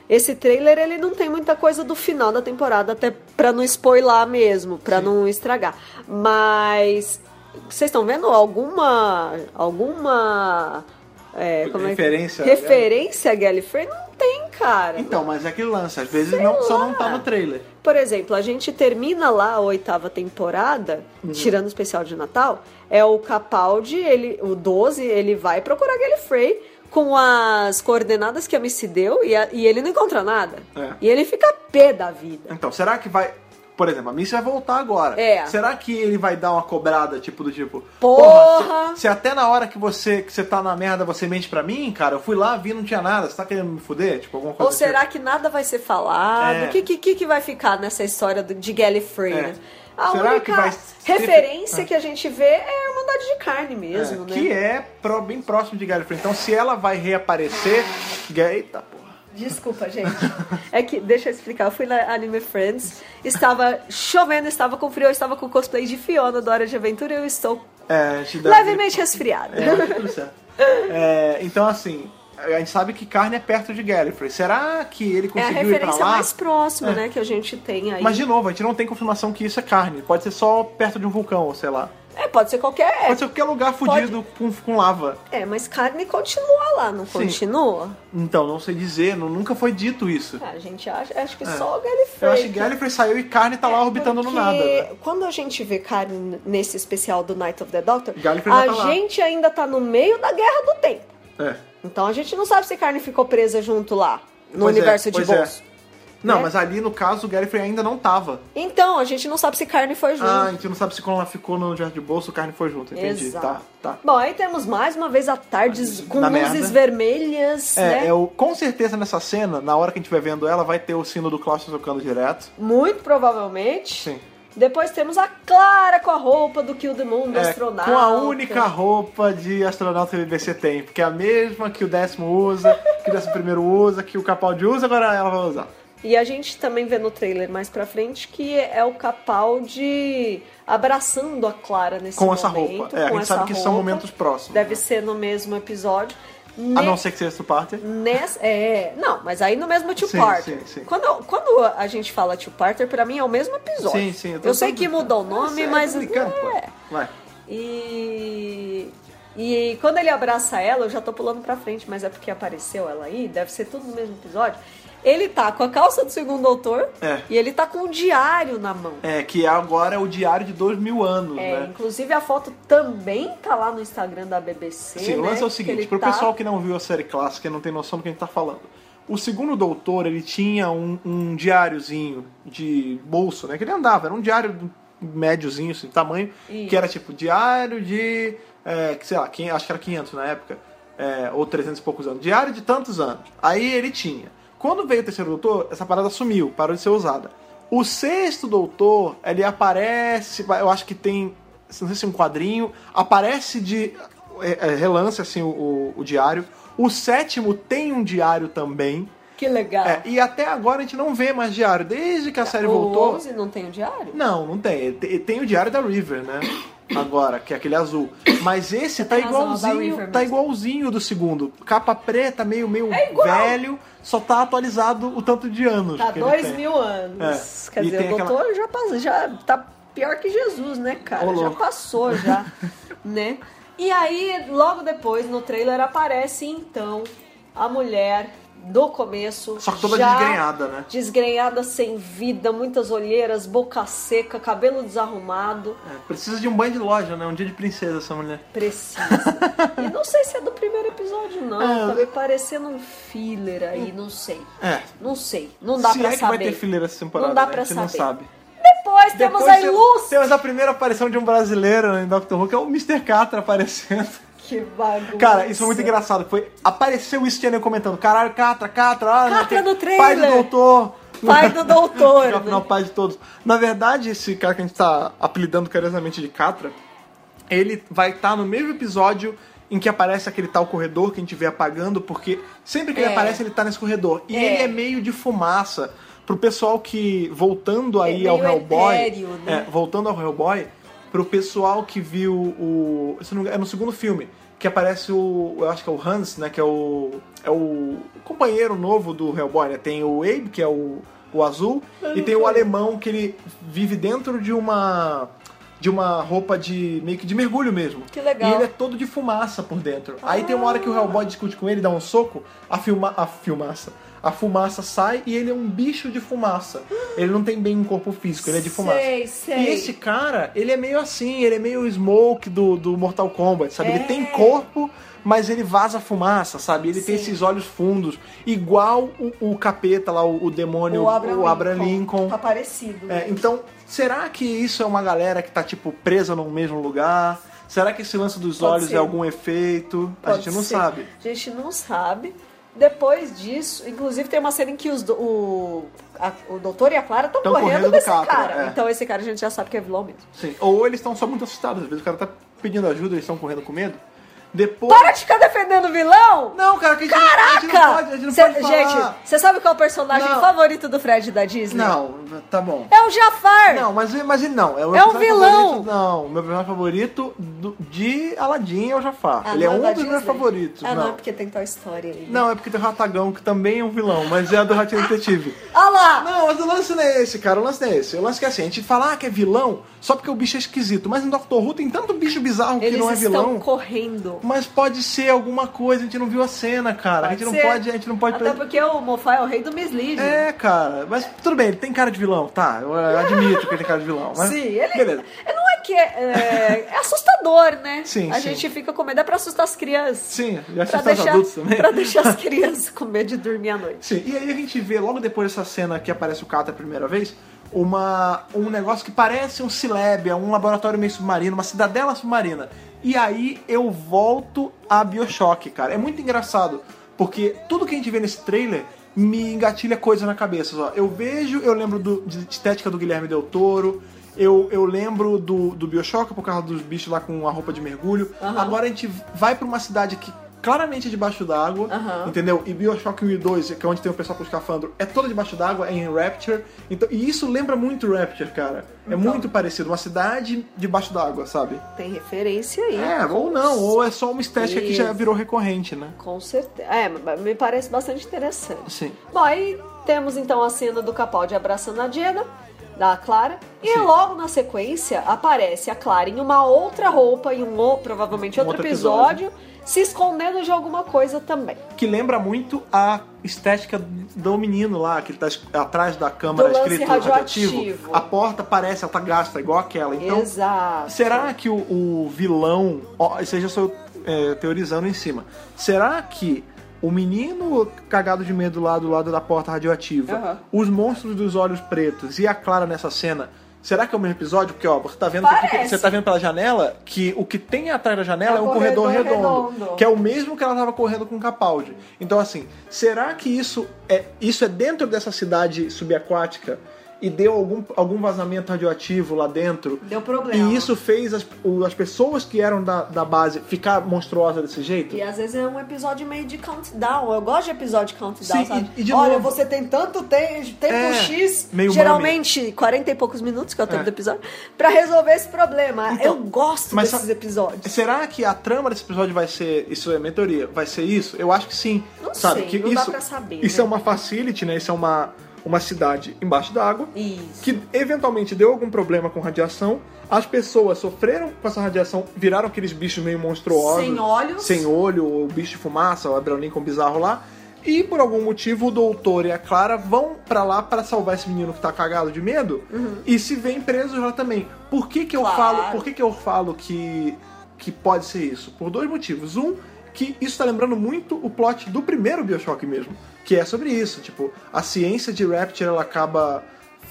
Esse trailer, ele não tem muita coisa do final da temporada, até pra não spoiler mesmo, pra não estragar. Mas... Vocês estão vendo alguma... Alguma... é, como é que- Referência a Referência a Gallifrey? Não tem, cara. Então, mas é aquele lance, às vezes não, só não tá no trailer. Por exemplo, a gente termina lá a oitava temporada, Uhum. tirando o especial de Natal, é o Capaldi, ele, o 12, ele vai procurar Gallifrey com as coordenadas que a Missy deu e, a- e ele não encontra nada. É. E ele fica pé da vida. Então, será que vai. Por exemplo, a Missy vai voltar agora. É. Será que ele vai dar uma cobrada, tipo, do tipo. Porra! se, se até na hora que você, que você tá na merda, você mente pra mim, cara, eu fui lá, vi, não tinha nada, você tá querendo me fuder? Tipo, alguma coisa Ou será que nada vai ser falado? O É. que, que, que- que vai ficar nessa história do- de Gallifrey, É. né? A Será única que vai ser- referência que a gente vê é a Irmandade de Carne mesmo, é, né? Que é pro- bem próximo de Gallifrey. Então, se ela vai reaparecer. Eita, porra. Desculpa, gente. É que, deixa eu explicar, eu fui na Anime Friends, estava chovendo, estava com frio, eu estava com cosplay de Fiona do Hora de Aventura e eu estou É, a gente dá- levemente resfriada. É, mas tudo certo. É, então, assim, a gente sabe que carne é perto de Gallifrey. Será que ele É a conseguiu ir pra referência lá? É. mais próxima, né, que a gente tem aí. Mas, de novo, a gente não tem confirmação que isso é carne. Pode ser só perto de um vulcão, ou sei lá. É, pode ser qualquer. Pode ser qualquer lugar fudido com, com lava. É, mas carne continua lá, não Sim. continua? Então, não sei dizer, não- nunca foi dito isso. Ah, a gente acha, acho que É. só o Eu Galifrey. acho que Gallifrey saiu e carne tá lá orbitando no É, Porque nada. né? Quando a gente vê carne nesse especial do Night of the Doctor, Gallifrey já a tá lá. gente ainda tá no meio da guerra do tempo. É. Então a gente não sabe se carne ficou presa junto lá, no Pois é, universo de pois é. bolso. Não, Né? mas ali, no caso, o Gallifrey ainda não tava. Então, a gente não sabe se carne foi junto. Ah, a gente não sabe se quando ela ficou no Jardim de Bolso, carne foi junto. Entendi. Exato. Tá, tá. Bom, aí temos mais uma vez a tarde com Na luzes merda. vermelhas, É, né? é o- com certeza nessa cena, na hora que a gente vai vendo ela, vai ter o sino do Klaus tocando direto. Muito provavelmente. Sim. Depois temos a Clara com a roupa do Kill the Moon, do É, astronauta. com a única roupa de astronauta que o BBC tem, porque é a mesma que o décimo usa, que o décimo primeiro usa, que o Capaldi usa, agora ela vai usar. E a gente também vê no trailer mais pra frente que é o Capaldi abraçando a Clara nesse Com momento. essa roupa. É, a com gente essa sabe que são roupa. momentos próximos. Deve né? ser no mesmo episódio. A Ne- não ser que seja Parter. Nessa, é, não, mas aí no mesmo Sim, two-parter. sim, sim. Quando, quando a gente fala two-parter, pra mim é o mesmo episódio. Sim, sim. Eu, tô- sei tô- que mudou o nome, Isso é mas... complicado, pô. é. Vai. E... E quando ele abraça ela, eu já tô pulando pra frente, mas é porque apareceu ela aí, deve ser tudo no mesmo episódio. Ele tá com a calça do segundo doutor É. e ele tá com um diário na mão. É, que agora é o diário de dois mil anos, É, né? Inclusive a foto também tá lá no Instagram da BBC. Sim, o né, lance é o que seguinte, ele pro tá- pessoal que não viu a série clássica e não tem noção do que a gente tá falando. O segundo doutor, ele tinha um, um diáriozinho de bolso, né? Que ele andava, era um diário médiozinho, assim, tamanho, Isso. que era tipo diário de, é, que sei lá, quin- acho que era 500 na época, é, ou 300 e poucos anos. Diário de tantos anos. Aí ele tinha. Quando veio o terceiro doutor, essa parada sumiu, parou de ser usada. O sexto doutor, ele aparece, eu acho que tem, não sei se é um quadrinho, aparece de é, é, relance, assim, o- o- o diário. O sétimo tem um diário também. Que legal. É, e até agora a gente não vê mais diário. Desde que a série o voltou. 11 não tem o diário? Não, não tem. Tem, tem o diário da River, né? Agora, que é aquele azul. Mas esse tá tem razão, a da igualzinho, River tá mesmo. É igualzinho do segundo. Capa preta, meio, meio igual. velho, só tá atualizado o tanto de anos. Tá que ele dois tem. mil anos. É. Quer E dizer, tem o aquela- doutor já, passou, já tá pior que Jesus, né, cara? Ô, já louco. passou, já, né? E aí, logo depois, no trailer, aparece, então, a mulher do começo. Só que toda já desgrenhada, né? Desgrenhada, sem vida, muitas olheiras, boca seca, cabelo desarrumado. É, precisa de um banho de loja, né? Um dia de princesa essa mulher. Precisa. e não sei se é do primeiro episódio, não. É, tá me parecendo um filler aí, não sei. É. Não sei. Não dá Se pra é que saber. vai ter fileira essa temporada, Não dá né? pra a gente não saber. sabe. Depois temos Depois a Ilúcia. Temos a primeira aparição de um brasileiro em Doctor Who, que é o Mr. Catra aparecendo. Que bagunça. Cara, isso foi muito engraçado. Foi, apareceu isso tinha eu comentando. Caralho, Catra, Catra, ah, não Catra sei- no trailer. Pai do doutor. Pai do doutor, Já né? Não, pai de todos. Na verdade, esse cara que a gente tá apelidando carinhosamente de Catra, ele vai estar no mesmo episódio em que aparece aquele tal corredor que a gente vê apagando, porque sempre que ele É. aparece, ele tá nesse corredor. E É. ele é meio de fumaça. Pro pessoal que, voltando aí ao É meio Hellboy, etéreo, né? é, voltando ao Hellboy, pro pessoal que viu o. se não me engano, é no segundo filme, que aparece o. Eu acho que é o Hans, né? Que é o. É o companheiro novo do Hellboy, né? Tem o Abe, que é o, o azul, e tem Uhum. o alemão que ele vive dentro de uma. De uma roupa de. meio que de mergulho mesmo. Que legal. Ah. E ele é todo de fumaça por dentro. Aí tem uma hora que o Hellboy discute com ele, dá um soco, a, filma, a filmaça. a fumaça sai e ele é um bicho de fumaça. Ele não tem bem um corpo físico, ele é de fumaça. Sei, sei. E esse cara, ele é meio assim, ele é meio Smoke do, do Mortal Kombat, sabe? É. Ele tem corpo, mas ele vaza fumaça, sabe? Ele tem esses olhos fundos, igual o, o capeta lá, o, o demônio, o Abraham, Lincoln. Tá parecido. É, né? então, será que isso é uma galera que tá, tipo, presa num mesmo lugar? Será que esse lance dos Pode olhos ser. é algum efeito? a Pode gente não ser. sabe. A gente não sabe. Depois disso, inclusive tem uma cena em que os do- o, a- o doutor e a Clara estão Tão correndo, correndo do desse Capra, cara. é. Então esse cara a gente já sabe que é vilão mesmo. Sim. Ou eles estão só muito assustados, às vezes o cara tá pedindo ajuda, eles estão correndo com medo. Depois. Para de ficar defendendo o vilão! Não, cara, que a gente, a gente não Caraca! pode, a gente não Cê- pode falar. gente, você sabe qual é o personagem Não. favorito do Fred da Disney? Não, tá bom. É o Jafar! Não, mas, mas ele não. É, o É um personagem vilão. favorito- não, meu personagem favorito do- de Aladdin é o Jafar. Ah, ele é não um da dos meus Disney? favoritos. Ah, não, é não. porque tem tal história aí. Não, é porque tem o Ratagão, que também é um vilão, mas é a do Ratinho Detetive. Olha Ah lá! Não, mas o lance não é esse, cara. O lance não é esse. O lance é que assim, a gente fala ah, que é vilão só porque o bicho é esquisito. Mas no Doctor Who tem tanto bicho bizarro que Eles não é estão vilão. correndo. Mas pode ser alguma coisa, a gente não viu a cena, cara. a gente ser. não pode, a gente não pode Até porque o Mofá é o rei do misleading. É, cara, mas tudo bem, ele tem cara de vilão, tá? Eu eh, admito que ele tem cara de vilão, mas. Sim, ele. Beleza. é- Não é que é, é, é assustador, né? Sim, A sim. gente fica com medo é pra assustar as crianças. Sim, já Pra assustar os deixar, adultos também. pra deixar as crianças com medo de dormir à noite. Sim, e aí a gente vê logo depois dessa cena que aparece o Kata a primeira vez, uma, um negócio que parece um Cilébia, um laboratório meio submarino, uma cidadela submarina. E aí eu volto a Bioshock, cara. É muito engraçado, porque tudo que a gente vê nesse trailer me engatilha coisa na cabeça. Ó. Eu vejo, eu lembro do, de estética do Guilherme Del Toro, eu, eu lembro do, do Bioshock por causa dos bichos lá com a roupa de mergulho. Aham. Agora a gente vai pra uma cidade que claramente é debaixo d'água, Aham. Entendeu? E Bioshock 1 e 2, que é onde tem o pessoal com escafandro, é toda debaixo d'água, é em Rapture. Então, e isso lembra muito Rapture, cara. É Então. muito parecido. Uma cidade debaixo d'água, sabe? Tem referência aí. É, ou não. Ou é só uma estética que já Isso. virou recorrente, né? Com certeza. É, mas me parece bastante interessante. Sim. Bom, aí temos então a cena do Capaldi abraçando a Jenna, da Clara, e Sim. logo na sequência aparece a Clara em uma outra roupa, em um ou- provavelmente Um outro, outro episódio, se escondendo de alguma coisa também. Que lembra muito a estética do menino lá, que ele tá es- atrás da Do câmera lance escrito radioativo. A porta parece, ela tá gasta, igual aquela. Então, Exato. Será que o, o vilão. Ó, isso aí já sou eu, é, teorizando em cima. Será que o menino cagado de medo lá do lado da porta radioativa, os monstros dos olhos pretos e a Clara nessa cena. Será que é o mesmo episódio? Porque, ó, você tá vendo que aqui- Parece. você tá vendo pela janela que o que tem atrás da janela É é um um corredor, corredor redondo, redondo. Que é o mesmo que ela tava correndo com o Capaldi. Então, assim, será que isso é, isso é dentro dessa cidade subaquática e deu algum, algum vazamento radioativo lá dentro? Deu problema. E isso fez as, o- as pessoas que eram da, da base ficar monstruosa desse jeito? E às vezes é um episódio meio de countdown. Eu gosto de episódio de countdown, Sim, sabe? e- e de Olha, novo- você tem tanto te- tempo É, X, meio geralmente 40 e poucos minutos, que é o tempo É. do episódio, pra resolver esse problema. Então, Eu gosto mas desses só- episódios. Será que a trama desse episódio vai ser. Isso é minha teoria, vai ser isso? Eu acho que sim. Não sabe? sei, que não dá isso, pra saber, Isso né? é uma facility, né? Isso é uma, uma cidade embaixo d'água. Isso. Que eventualmente deu algum problema com radiação, as pessoas sofreram com essa radiação, viraram aqueles bichos meio monstruosos. Sem olhos. Sem olho, o bicho de fumaça, o Abraham Lincoln bizarro lá. E por algum motivo o doutor e a Clara vão pra lá pra salvar esse menino que tá cagado de medo e se vêem presos lá também. Por que que eu Uhum. Claro. falo, por que que eu falo que que pode ser isso? Por dois motivos. Um, que isso tá lembrando muito o plot do primeiro BioShock mesmo, que é sobre isso, tipo, a ciência de Rapture ela acaba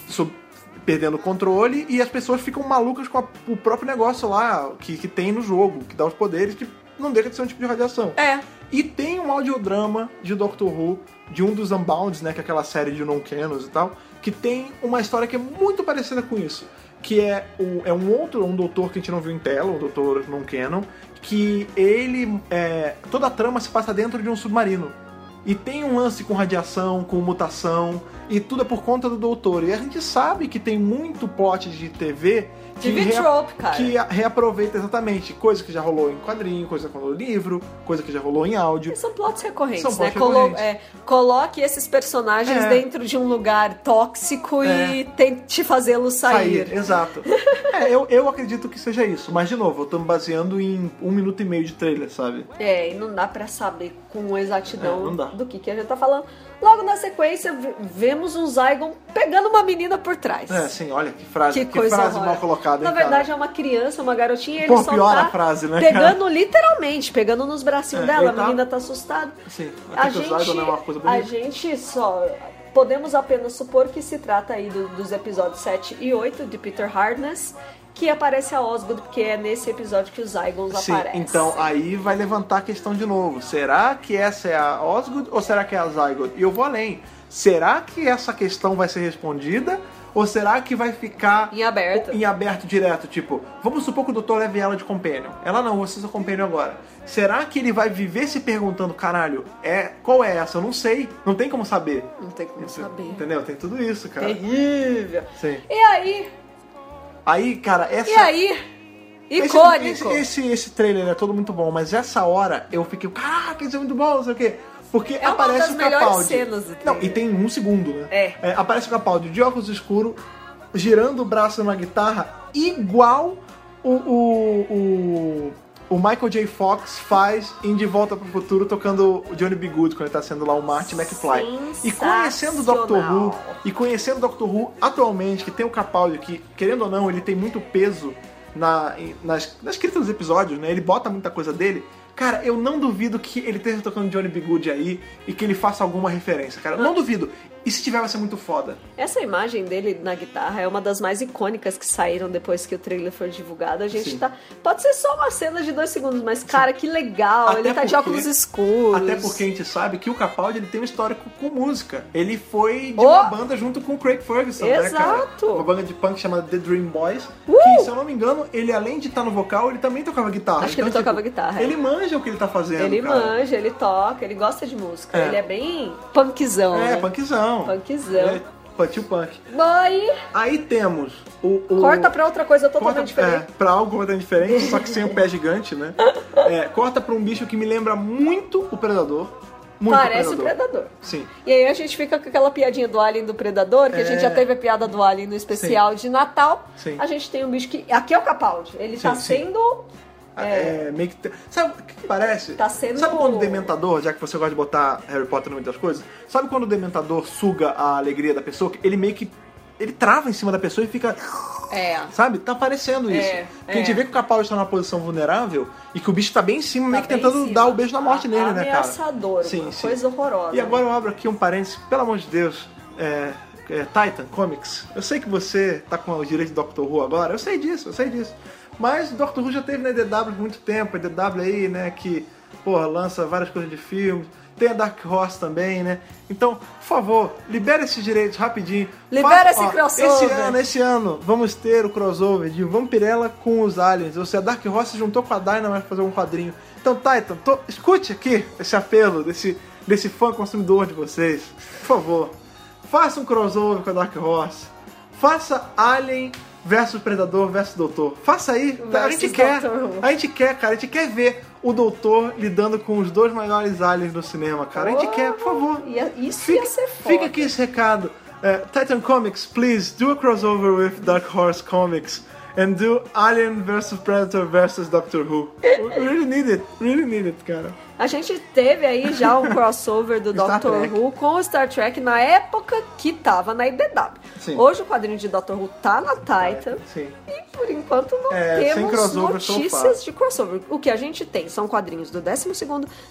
sob- perdendo o controle e as pessoas ficam malucas com a- o próprio negócio lá que, que tem no jogo, que dá os poderes, que não deixa de ser um tipo de radiação. É. E tem um audiodrama de Doctor Who, de um dos Unbounds, né, que é aquela série de non-canons e tal, que tem uma história que é muito parecida com isso. Que é um, é um outro, um doutor que a gente não viu em tela, um doutor non-canon, que ele... é, toda a trama se passa dentro de um submarino. E tem um lance com radiação, com mutação, e tudo é por conta do doutor. E a gente sabe que tem muito plot de TV que TV rea- Trope, cara. que a- reaproveita exatamente coisa que já rolou em quadrinho, coisa que já rolou em livro, coisa que já rolou em áudio. São plots recorrentes, São né? plots recorrentes. é, coloque esses personagens É. dentro de um lugar tóxico e tente fazê-los sair. exato. é, eu, eu acredito que seja isso. Mas, de novo, eu tô me baseando em um minuto e meio de trailer, sabe? É, e não dá pra saber com exatidão É, não dá. do que, que a gente tá falando. Logo na sequência, v- vemos um Zygon pegando uma menina por trás. É, assim, olha que frase, Que que, coisa frase horrorosa. mal colocada, hein, Na Na cara? verdade, é uma criança, uma garotinha, e Pô, ele só pior tá a frase, né, cara? pegando literalmente, pegando nos bracinhos É, dela, ele tá- a menina tá assustada. Sim, até A que o gente, Zygon é uma coisa a bonita. gente só podemos apenas supor que se trata aí do- dos episódios 7 e 8 de Peter Hardness, que aparece a Osgood, porque é nesse episódio que os Zygons Sim, aparecem. então aí vai levantar a questão de novo. Será que essa é a Osgood ou será que é a Zygon? E eu vou além. Será que essa questão vai ser respondida ou será que vai ficar Em aberto. em aberto direto? Tipo, vamos supor que o doutor leve ela de companion. Ela não, você é seu companion agora. Será que ele vai viver se perguntando, caralho, é, qual é essa? Eu não sei. Não tem como saber. Não tem como saber. Entendeu? Tem tudo isso, cara. Terrível. Sim. E aí? Aí, cara, essa. E aí? Esse- Icônico. Esse, esse, esse trailer é todo muito bom, mas essa hora eu fiquei, caraca, isso é muito bom, não sei o quê. Porque É uma aparece das o melhores Capaldi. cenas do não, trailer. e tem um segundo, né? É. Aparece o Capaldi de óculos escuro, girando o braço numa guitarra, igual o, o, o, o Michael J. Fox faz em De Volta pro Futuro, tocando o Johnny B. Good, quando ele tá sendo lá o Marty McFly. E conhecendo o Doctor Who, Sensacional. e conhecendo o Doctor Who atualmente, que tem o Capaldi, que, querendo ou não, ele tem muito peso na, em- nas- na escrita dos episódios, né? Ele bota muita coisa dele. Cara, eu não duvido que ele esteja tocando Johnny B. Good aí e que ele faça alguma referência, cara. Não duvido. E se tiver, vai ser muito foda. Essa imagem dele na guitarra é uma das mais icônicas que saíram depois que o trailer foi divulgado. A gente Sim. tá. Pode ser só uma cena de dois segundos, mas, cara, que legal! Até ele tá porque- de óculos escuros. Até porque a gente sabe que o Capaldi ele tem um histórico com música. Ele foi de Oh! uma banda junto com o Craig Ferguson, né, cara? Exato! Uh! Uma banda de punk chamada The Dream Boys. Que, se eu não me engano, ele além de estar no vocal, ele também tocava guitarra. Então, tipo, Acho que ele tocava guitarra, é. Ele manja o que ele tá fazendo, Ele cara. manja, ele toca, ele gosta de música. É. Ele é bem punkzão. É, né? punkzão. Punkzão. É, Punch o punk. Boy, Aí temos o... o- corta pra outra coisa totalmente corta- diferente. É, pra algo completamente diferente, só que sem o pé gigante, né? É, corta pra um bicho que me lembra muito o Predador. Muito Parece o o Predador. Predador. Sim. E aí a gente fica com aquela piadinha do Alien do Predador, que a gente já teve a piada do Alien no especial de Natal. É. Sim. A gente tem um bicho que. Aqui é o Capaldi. Ele Sim, tá sim. sendo É, meio que. te- Sabe o que que parece? Tá sendo- Sabe quando o Dementador, já que você gosta de botar Harry Potter no meio das coisas, sabe quando o Dementador suga a alegria da pessoa? que Ele meio que. Ele trava em cima da pessoa e fica. É. Sabe? Tá parecendo isso. É, Porque a gente é. vê que o Capaldi tá numa posição vulnerável e que o bicho tá bem em cima, meio que bem em tentando cima. dar o beijo na morte A- nele, né, cara? Ameaçador, uma coisa horrorosa. E agora eu abro aqui um parênteses, pelo amor de Deus. É, é, Titan Comics, eu sei que você tá com o direito de Doctor Who agora, eu sei disso, eu sei disso. Mas Doctor Who já teve na EDW por muito tempo, a EDW aí, né, que, porra, lança várias coisas de filmes. Tem a Dark Horse também, né? Então, por favor, libera esses direitos rapidinho. Libera Faz- esse ó, crossover. Esse ano, esse ano, vamos ter o crossover de Vampirella com os Aliens. Ou seja, a Dark Horse se juntou com a Dynamite pra fazer um quadrinho. Então, Titan, tô- escute aqui esse apelo desse, desse fã consumidor de vocês. Por favor, faça um crossover com a Dark Horse. Faça Alien versus Predador versus Doutor. Faça aí. tá? a gente Versus quer. Dr. Who. A gente quer, cara. A gente quer ver o Doutor lidando com os dois maiores aliens no cinema, cara. A gente Oh, quer, por favor. ia- isso ia ser foda. Fica aqui esse recado. É, Titan Comics, please do a crossover with Dark Horse Comics and do Alien vs Predator vs Doctor Who. We really need it, really need it, cara. A gente teve aí já um crossover do Star Doctor Trek. Who com o Star Trek na época que tava na IDW. Sim. Hoje o quadrinho de Doctor Who tá na Titan. Sim. E por enquanto não É, sem temos crossover, so notícias far. de crossover. O que a gente tem são quadrinhos do 12,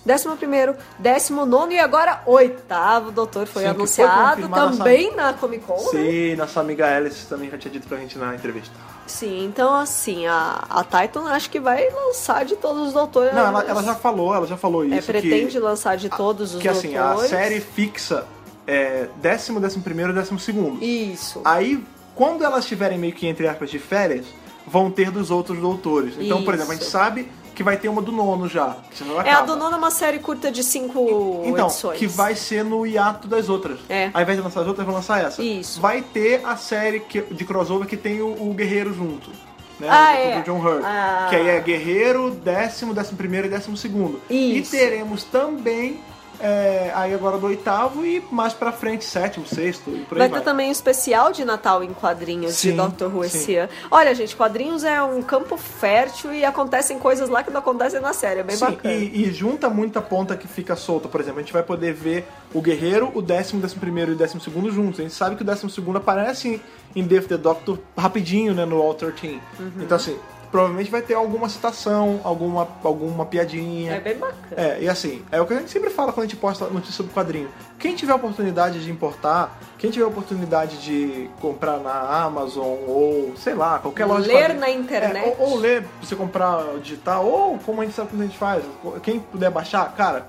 11, 19 e agora oitavo Doutor foi Sim, que foi anunciado confirmado essa- também na Comic Con, né? Sim, nossa amiga Alice também já tinha dito pra gente na entrevista. Sim, então assim, a, a Titan acho que vai lançar de todos os doutores. Não, ela, ela já falou, ela já falou isso. Então, é, pretende que, lançar de todos os que doutores. assim, a série fixa é décimo, décimo primeiro e décimo segundo. Isso. Aí, quando elas estiverem meio que, entre aspas, de férias, vão ter dos outros doutores. Então, por Isso. exemplo, a gente sabe que vai ter uma do nono já. Que já É, a do Nono é uma série curta de cinco Então, edições. que vai ser no hiato das outras. É. Ao invés de lançar as outras, vão lançar essa. Isso. Vai ter a série que- de crossover que tem o, o Guerreiro junto. Né? Ah, do, é. do John Hurt. Ah. Que aí é Guerreiro, décimo, décimo primeiro e décimo segundo. E Isso. teremos também é, aí agora do oitavo e mais pra frente, sétimo, sexto e por aí Vai vai. ter também um especial de Natal em quadrinhos de Sim, Doctor Who sim. esse ano. Olha, gente, quadrinhos é um campo fértil e acontecem coisas lá que não acontecem na série. É bem Sim, bacana. E, e junta muita ponta que fica solta. Por exemplo, a gente vai poder ver o Guerreiro, o décimo, décimo primeiro e o décimo segundo juntos. A gente sabe que o décimo segundo aparece em, em Death the Doctor rapidinho, né, no All 13. Uhum. Então, assim, provavelmente vai ter alguma citação, alguma, alguma piadinha. É bem bacana. É, e assim, é o que a gente sempre fala quando a gente posta notícia sobre quadrinho. Quem tiver a oportunidade de importar, quem tiver a oportunidade de comprar na Amazon ou, sei lá, qualquer loja de Ler quadrinho. na internet. É, ou, ou ler, pra você comprar digital, ou como a gente sabe como a gente faz, quem puder baixar, cara,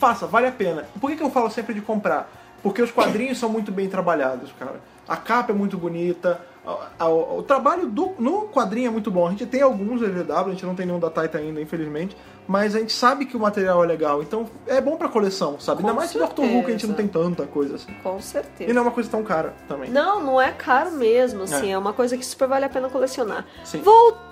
faça, vale a pena. Por que, que eu falo sempre de comprar? Porque os quadrinhos são muito bem trabalhados, cara. A capa é muito bonita, a- a- o trabalho do, no quadrinho é muito bom. A gente tem alguns da EVW, a gente não tem nenhum da Taita ainda, infelizmente, mas a gente sabe que o material é legal, então é bom pra coleção, sabe? Com ainda mais no Doctor Who, que a gente certeza. não tem tanta coisa assim. Com E certeza. não é uma coisa tão cara também. Não, não é caro mesmo, assim, É. é, uma coisa que super vale a pena colecionar. Sim.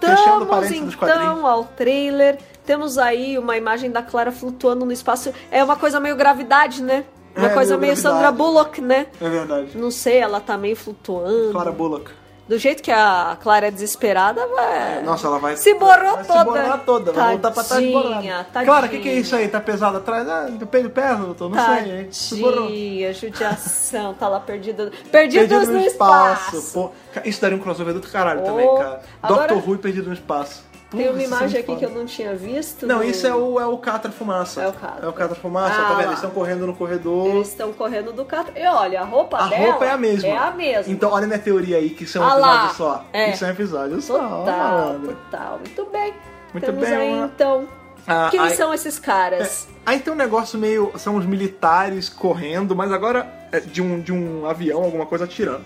Fechando Voltamos parênteses dos quadrinhos. então ao trailer. Temos aí uma imagem da Clara flutuando no espaço. É uma coisa meio gravidade, né? Uma É, coisa meio meio gravidade. Sandra Bullock, né? É verdade. Não sei, ela tá meio flutuando. Clara Bullock. Do jeito que a Clara é desesperada, vai. Nossa, ela vai Se borrou vai toda. Se borrar toda, vai voltar pra trás de Tadinha, borrada. tadinha. Claro, o que, que é isso aí? Tá pesado atrás? Ah, do peito pesa, doutor? Não sei, hein? Se borrou. Tadinha, judiação, tá lá perdida. Perdidos, no espaço. pô. Ca- Isso daria um crossover do caralho Oh, também, cara. agora- Doctor Who e Perdido no Espaço. Tem Porra, uma isso é imagem muito aqui foda. que eu não tinha visto. né? Não, do- isso é o, é o Catra Fumaça. É o Catra. É o Catra Fumaça, Ah, tá vendo? lá. Eles estão correndo no corredor. Eles estão correndo do catra. E olha, a roupa A dela. roupa é a mesma. É a mesma. Então, olha minha teoria aí, que isso é um Ah lá. episódio só. É. Isso é um episódio só, total, malandro. total. Muito bem. ah, Muito Temos bem, aí uma- então. Ah, Quem aí- são esses caras? Aí tem um negócio meio. São os militares correndo, mas agora é, de um, de um avião, alguma coisa atirando.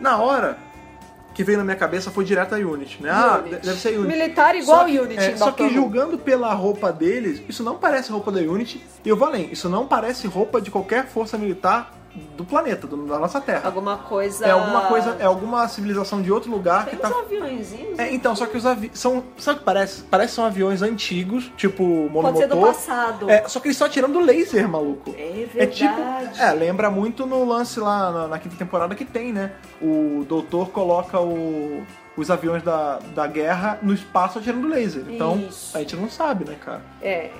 Na hora que veio na minha cabeça foi direto a Unity, né? Ah, Unity. de- deve ser Unity. Militar igual Só- Unity. é, em só Doctor que Who. julgando pela roupa deles, isso não parece roupa da Unity. E eu vou além, isso não parece roupa de qualquer força militar do planeta, do- da nossa Terra. Alguma coisa. É alguma coisa, é alguma civilização de outro lugar Tem que tá uns aviõezinhos. é, então, só que os aviões são. Sabe o que parece? Parece que são aviões antigos, tipo monomotor. Pode ser do passado. É, só que eles estão atirando laser, maluco. É É tipo. verdade. É, lembra muito no lance lá na, na quinta temporada que tem, né? O doutor coloca o- os aviões da, da guerra no espaço atirando laser. Então, Isso. a gente não sabe, né, cara? É.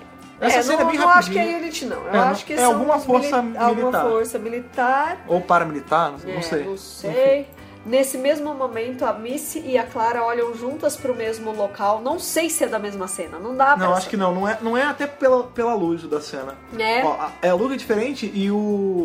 Essa É, cena não, é bem não acho que rapidinha. é Unity, não. Eu É, acho não- que é são alguma os força mili- militar. Alguma força militar. Ou paramilitar, não, É, não sei. Não sei. Nesse mesmo momento, a Missy e a Clara olham juntas pro mesmo local. Não sei se é da mesma cena. Não dá pra Não, acho que não. Não é, não é até pela, pela luz da cena. É, Ó, a, é a luz é diferente e o,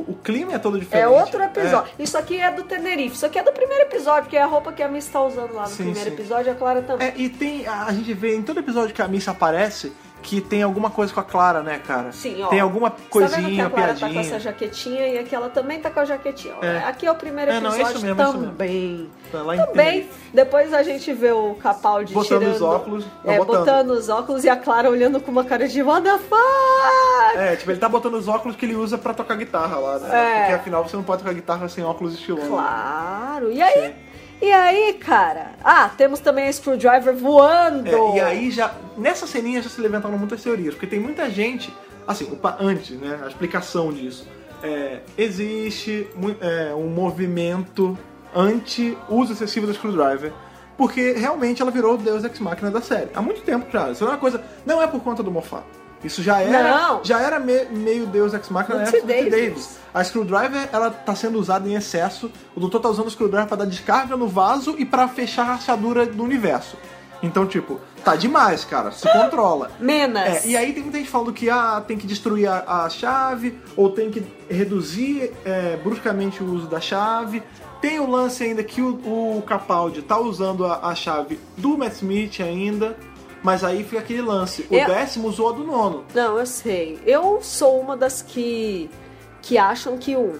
o clima é todo diferente. é outro episódio. Isso aqui é do Tenerife. Isso aqui é do primeiro episódio, porque é a roupa que a Missy tá usando lá no Sim, primeiro sim. episódio. A Clara também. É, e tem. A, a gente vê em todo episódio que a Missa aparece que tem alguma coisa com a Clara, né, cara? Sim, ó. Tem alguma tá vendo que coisinha, a Clara tá com piadinha. essa jaquetinha e aqui ela também tá com a jaquetinha. ó. É. Aqui é o primeiro É, não, é episódio isso mesmo, é isso mesmo. também. Tá lá em Também. Depois a gente vê o Capaldi Botando tirando... os óculos. Não, É, botando. botando. os óculos e a Clara olhando com uma cara de what the fuck? É, tipo, ele tá botando os óculos que ele usa pra tocar guitarra lá, né? É. Porque afinal você não pode tocar guitarra sem óculos estilosos. Claro. E aí? E aí, cara? Ah, temos também a Screwdriver voando. É, e aí já. Nessa ceninha já se levantaram muitas teorias, porque tem muita gente. Assim, opa, antes, né? A explicação disso. É, existe mu- é, um movimento anti-uso excessivo da Screwdriver. Porque realmente ela virou o Deus Ex Machina da série. Há muito tempo já. Isso não é uma coisa. Não é por conta do Moffat. Isso já era. Não. Já era me- meio Deus Ex Machina na Nancy época do Nancy Davis. Davis. A Screwdriver, ela tá sendo usada em excesso. O doutor tá usando a Screwdriver pra dar descarga no vaso e pra fechar a rachadura do universo. Então, tipo, tá demais, cara. Se controla. Menas. É, e aí tem muita gente falando que ah, tem que destruir a, a chave, ou tem que reduzir é, bruscamente o uso da chave. Tem o lance ainda que o, o Capaldi tá usando a, a chave do Matt Smith ainda, mas aí fica aquele lance. O Eu- décimo usou a do nono. Não, eu sei. Eu sou uma das que que acham que um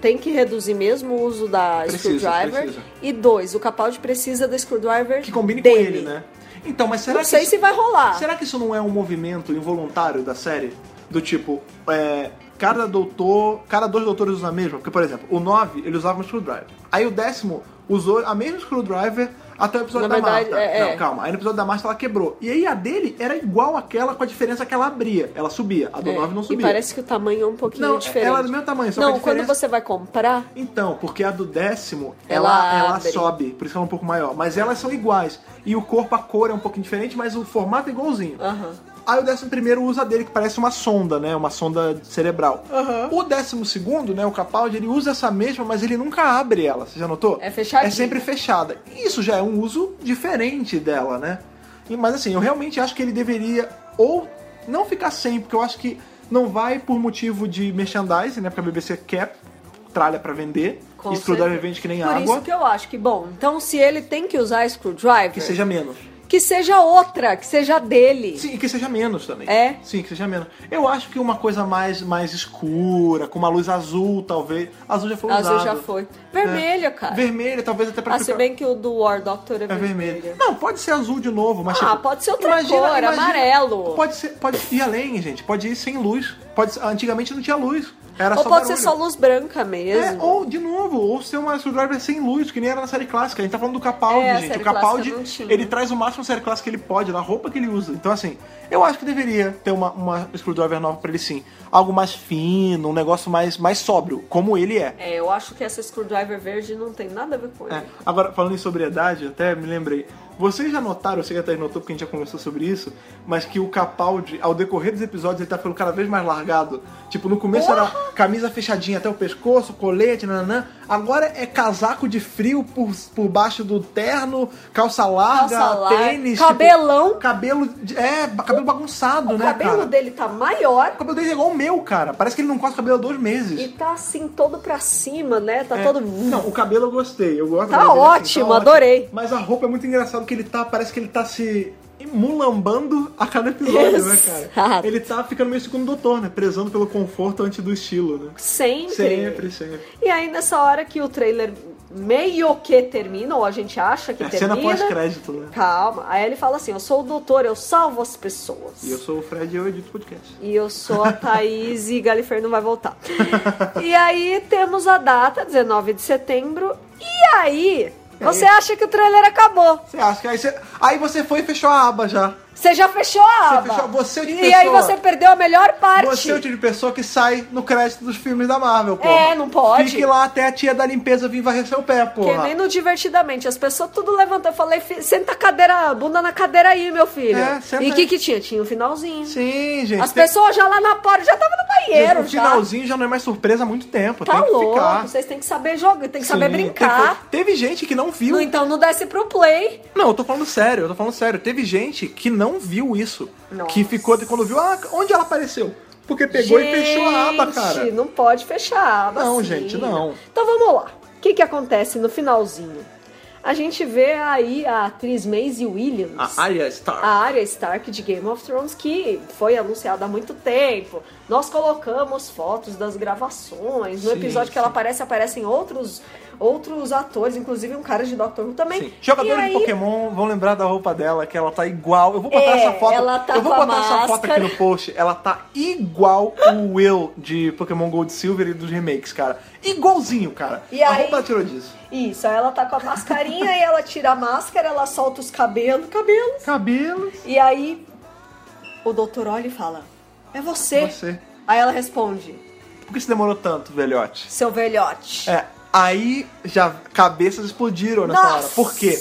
tem que reduzir mesmo o uso da Precisa, screwdriver precisa. e dois, o Capaldi precisa da screwdriver Que combine com dele. ele, né? Então, mas será Não que sei isso- se vai rolar. Será que isso não é um movimento involuntário da série? Do tipo, é, cada doutor, cada dois doutores usa a mesma? Porque, por exemplo, o 9, ele usava um screwdriver. Aí o décimo usou a mesma screwdriver, Até o episódio Na da verdade, Marta. é, é. Não, calma. Aí no episódio da Marta ela quebrou. E aí a dele era igual àquela, com a diferença que ela abria. Ela subia. A do É, 9 não e subia. parece que o tamanho é um pouquinho Não, diferente. ela é do mesmo tamanho, só que Não, a quando diferença- você vai comprar, Então, porque a do décimo, Ela ela, ela, abre. sobe, por isso que ela é um pouco maior. Mas elas são iguais. E o corpo, a cor é um pouquinho diferente, mas o formato é igualzinho. Aí o décimo primeiro usa a dele, que parece uma sonda, né? Uma sonda cerebral. O décimo segundo, né? O Capaldi, ele usa essa mesma, mas ele nunca abre ela. Você já notou? É fechadinha. É sempre fechada. Isso já é um uso diferente dela, né? E- Mas assim, eu realmente acho que ele deveria ou não ficar sem, porque eu acho que não vai por motivo de merchandising, né? Porque a BBC quer tralha pra vender. Com e Screwdriver certeza. vende que nem Por água. isso que eu acho que, bom, então se ele tem que usar screwdriver, Que seja menos. que seja outra, que seja dele. Sim, e que seja menos também. É? Sim, que seja menos. Eu acho que uma coisa mais, mais escura, com uma luz azul, talvez. Azul já foi usado. É. Azul Ah, já foi. Vermelha, cara. Vermelha, talvez até pra Ah, se bem que o do War Doctor é, É vermelho. vermelho. Não, pode ser azul de novo, mas. tipo, Ah, pode ser outra cor, amarelo. Pode ser, pode ir além, gente. Pode ir sem luz. Pode ser- antigamente não tinha luz. Era ou só pode barulho. ser só luz branca É, mesmo. ou, de novo, ou ser uma screwdriver sem luz, que nem era na série clássica. A gente tá falando do Capaldi, É, a gente. série O Capaldi, clássica não tinha. ele traz o máximo série clássica que ele pode, na roupa que ele usa. Então, assim, eu acho que deveria ter uma, uma screwdriver nova pra ele sim. Algo mais fino, um negócio mais, mais sóbrio, como ele é. É, eu acho que essa screwdriver verde não tem nada a ver com ele. É. Agora, falando em sobriedade, até me lembrei. Vocês já notaram, eu sei que até notou porque a gente já conversou sobre isso, mas que o Capaldi, ao decorrer dos episódios, ele tá ficando cada vez mais largado. Tipo, no começo era camisa fechadinha até o pescoço, colete, nananã. Agora é casaco de frio por, por baixo do terno, calça larga, Calça larga, tênis. cabelão. Tipo, cabelo. de- É, ba- cabelo bagunçado, O né, cabelo cara? dele tá maior O cabelo dele é igual o meu, cara. Parece que ele não corta o cabelo há dois meses. e tá assim todo pra cima, né? Tá É, todo Não, o cabelo eu gostei. Eu gosto do Tá cabelo dele ótimo, adorei. Mas a roupa é muito engraçado que ele tá. Parece que ele tá se mulambando a cada episódio, né, cara? Exato. Ele tá ficando meio segundo doutor, né? Prezando pelo conforto antes do estilo, né? sempre. Sempre, sempre. E aí nessa hora que o trailer meio que termina ou a gente acha que É termina. cena pós-crédito, né? Calma. Aí ele fala assim: "Eu sou o doutor, eu salvo as pessoas". E eu sou o Fred e eu edito podcast. E eu sou a Thaís e Galifer não vai voltar. E aí temos a data, 19 de setembro. E aí? Você acha que o trailer acabou? Você acha que aí você, aí você foi e fechou a aba já. Você já fechou a Você aba. fechou- você é de e pessoa. aí você perdeu a melhor parte. Você é o tipo de pessoa que sai no crédito dos filmes da Marvel, pô. É, não pode. Fique lá até a tia da limpeza vir varrer seu pé, pô. Que nem no Divertidamente. As pessoas tudo levantam. Eu falei, "Fi- senta a cadeira, bunda na cadeira aí, meu filho. É, senta e o aí. que que tinha? Tinha um finalzinho. Sim, gente. As tem- pessoas já lá na porta, já tava no banheiro, o já. finalzinho já não é mais surpresa há muito tempo. Tá tem que louco, ficar. vocês têm que saber jogar, tem que saber Sim, brincar. tem que- Teve gente que não viu. Não, então não desce pro play. Não, eu tô falando sério, eu tô falando sério. Teve gente que não viu isso. Nossa. Que ficou de quando viu, ah, onde ela apareceu? Porque pegou e fechou a aba, Gente, cara. Não pode fechar a aba. Não, assim. gente, não. Então vamos lá. O que, que acontece no finalzinho? A gente vê aí a atriz Maisie Williams. Arya Star. a Arya Stark de Game of Thrones, que foi anunciada há muito tempo. Nós colocamos fotos das gravações. No Sim, episódio que sim. ela aparece, aparecem outros, outros atores, inclusive um cara de Doctor Who também. Sim. Jogadores E aí- de Pokémon vão lembrar da roupa dela, que ela tá igual. Eu vou botar É, essa foto. ela tá eu vou com a botar essa foto aqui máscara. no post. Ela tá igual o Will de Pokémon Gold Silver e dos remakes, cara. Igualzinho, cara. E a aí- roupa tirou disso. Isso, aí ela tá com a mascarinha e ela tira a máscara, ela solta os cabelos, cabelos. Cabelo. E aí o doutor olha e fala: É você. Você. Aí ela responde: Por que você demorou tanto, velhote? Seu velhote. É, aí já cabeças explodiram nessa Nossa hora. Por quê?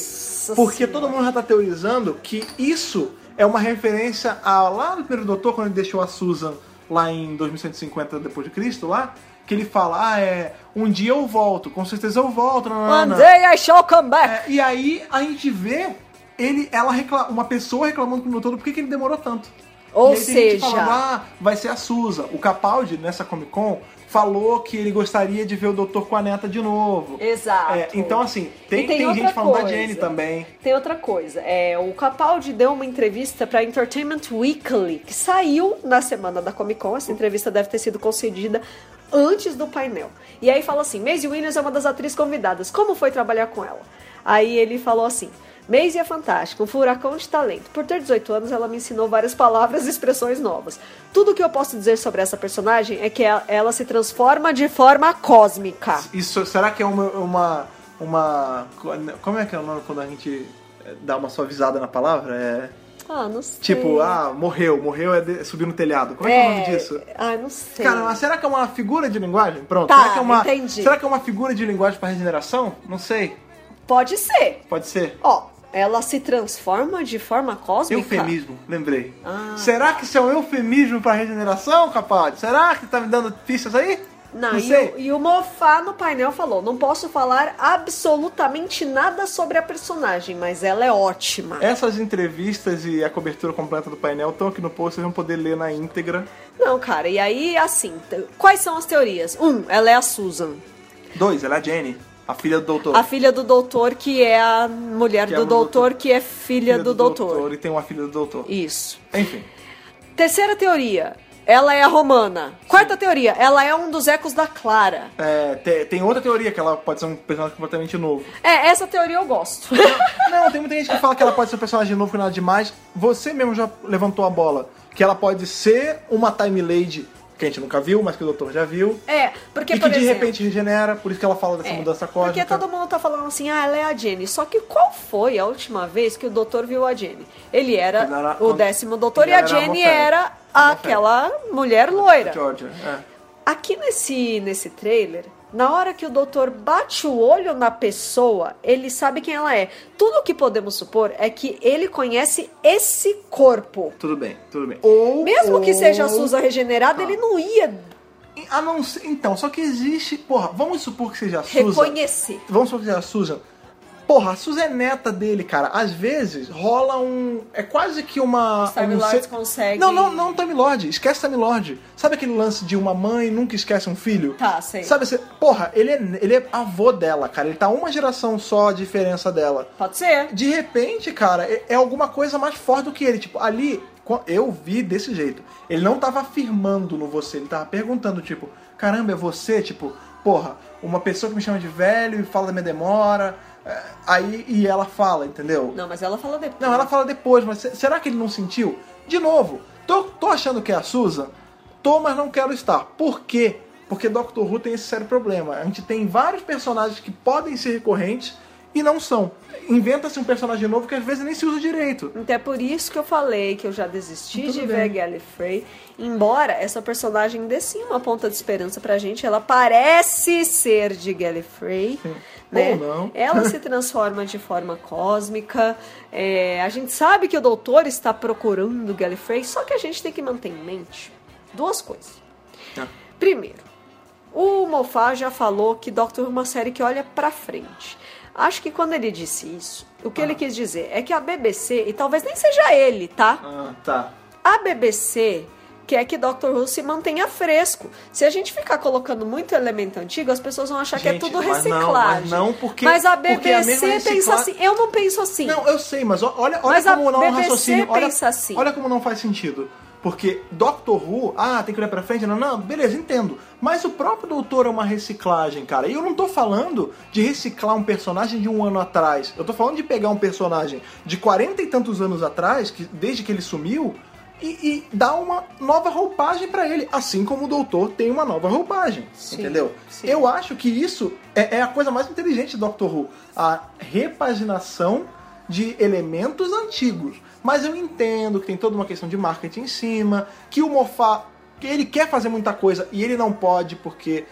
Porque Senhora. todo mundo já tá teorizando que isso é uma referência a lá no primeiro doutor, quando ele deixou a Susan lá em 2150 depois de Cristo, lá, que ele fala, ah, é, um dia eu volto, com certeza eu volto, One nanana. day I shall come back. É, e aí a gente vê ele, ela recla- uma pessoa reclamando com o doutor, por que, que ele demorou tanto? Ou E aí tem gente seja- falando, ah, vai ser a Suza. O Capaldi, nessa Comic Con, falou que ele gostaria de ver o doutor com a neta de novo. Exato. É, então, assim, tem, E tem tem, outra gente falando da coisa. Jenny também. Tem outra coisa, é, o Capaldi deu uma entrevista para Entertainment Weekly, que saiu na semana da Comic Con, essa entrevista deve ter sido concedida antes do painel. E aí fala assim, Maisie Williams é uma das atrizes convidadas, como foi trabalhar com ela? Aí ele falou assim, Maisie é fantástica, um furacão de talento. Por ter 18 anos, ela me ensinou várias palavras e expressões novas. Tudo que eu posso dizer sobre essa personagem é que ela, ela se transforma de forma cósmica. Isso, será que é uma, uma uma. Como é que é o nome quando a gente é, dá uma suavizada na palavra? É. Ah, não sei. Tipo, ah, morreu, morreu é de- subir no telhado. Como é, que é o nome disso? Ah, não sei. Cara, mas será que é uma figura de linguagem? Pronto. Tá, será, que é uma, entendi. será que é uma figura de linguagem para regeneração? Não sei. Pode ser. Pode ser. Ó, ela se transforma de forma cósmica. Eufemismo, lembrei. Ah. Será que isso é um eufemismo para regeneração, Capaldi? Será que tá me dando pistas aí? Não, e, sei. o, e o Mofá no painel falou: não posso falar absolutamente nada sobre a personagem, mas ela é ótima. Essas entrevistas e a cobertura completa do painel estão aqui no post, vocês vão poder ler na íntegra. Não, cara, e aí, assim, t- quais são as teorias? Um, ela é a Susan, Dois, ela é a Jenny, a filha do doutor. a filha do doutor, que é a mulher Que é do a doutor, doutor- que é filha, do, doutor. E tem uma filha do doutor. Isso. Enfim. Terceira teoria, ela é a romana. Quarta teoria, ela é um dos ecos da Clara. é, te- tem outra teoria que ela pode ser um personagem completamente novo. É, essa teoria eu gosto. Não, tem muita gente que fala que ela pode ser um personagem novo que nada demais. Você mesmo já levantou a bola que ela pode ser uma Time Lady que a gente nunca viu, mas que o doutor já viu. é, porque, e que por de exemplo, repente regenera, por isso que ela fala dessa É, mudança Porque cósmica. todo mundo tá falando assim, ah, ela é a Jenny. Só que qual foi a última vez que o doutor viu a Jenny? Ele era, Quando era- o quando- décimo doutor ele e a era Jenny uma fera. era Uma aquela mulher loira. Georgia, é. Aqui nesse, nesse trailer, na hora que o doutor bate o olho na pessoa, ele sabe quem ela é. Tudo o que podemos supor é que ele conhece esse corpo. Tudo bem, tudo bem. Ou, Mesmo que ou- seja a Susa regenerada, Ah. ele não ia A não ser- então, só que existe. Porra, vamos supor que seja a Susan. reconhecer. Vamos supor que seja a Susan. Porra, a Susan é neta dele, cara. Às vezes rola um. É quase que uma. Time um Lords se- consegue- Não, não, não Time Lord. Esquece Time Lord. Sabe aquele lance de uma mãe nunca esquece um filho? Tá, sei. Sabe assim. Porra, ele é, ele é avô dela, cara. Ele tá uma geração só a diferença dela. Pode ser. De repente, cara, é- é alguma coisa mais forte do que ele. Tipo, ali, co- eu vi desse jeito. Ele não tava afirmando no você, ele tava perguntando, tipo, caramba, é você? Tipo, porra, uma pessoa que me chama de velho e fala da minha demora. é, Aí, e ela fala, entendeu? Não, mas ela fala depois. Não, ela fala depois, mas se- será que ele não sentiu? De novo, tô, tô achando que é a Susan? Tô, mas não quero estar. Por quê? Porque Doctor Who tem esse sério problema. A gente tem vários personagens que podem ser recorrentes e não são. Inventa-se um personagem novo que às vezes nem se usa direito. Então é por isso que eu falei que eu já desisti Tudo de bem. ver Gallifrey. Embora essa personagem dê sim uma ponta de esperança pra gente, ela parece ser de Gallifrey. Né? Ou não. Ela se transforma de forma cósmica. É, a gente sabe que o doutor está procurando Gallifrey, só que a gente tem que manter em mente duas coisas. Tá. Primeiro, o Mofá já falou que Doctor Who é uma série que olha pra frente. Acho que quando ele disse isso, o que Ah. ele quis dizer é que a BBC, e talvez nem seja ele, tá? Ah, tá. A BBC quer que Doctor Who se mantenha fresco. Se a gente ficar colocando muito elemento antigo, as pessoas vão achar Gente, que é tudo mas não, reciclagem. mas não, porque- Mas a porque é a BBC mesma pensa recicla- assim. Eu não penso assim. Não, eu sei, mas o- olha, olha Mas a como não é um BBC raciocínio. Olha, pensa assim. olha como não faz sentido. Porque Doctor Who, ah, tem que olhar pra frente, não, não, beleza, entendo. Mas o próprio Doutor é uma reciclagem, cara. E eu não tô falando de reciclar um personagem de um ano atrás. Eu tô falando de pegar um personagem de quarenta e tantos anos atrás, que, desde que ele sumiu, e, e dar uma nova roupagem pra ele. Assim como o Doutor tem uma nova roupagem. Sim, entendeu? sim. Eu eu acho que isso é, é a coisa mais inteligente de Doctor Who. A repaginação de elementos antigos. Mas eu entendo que tem toda uma questão de marketing em cima, que o Moffat, que ele quer fazer muita coisa e ele não pode porque,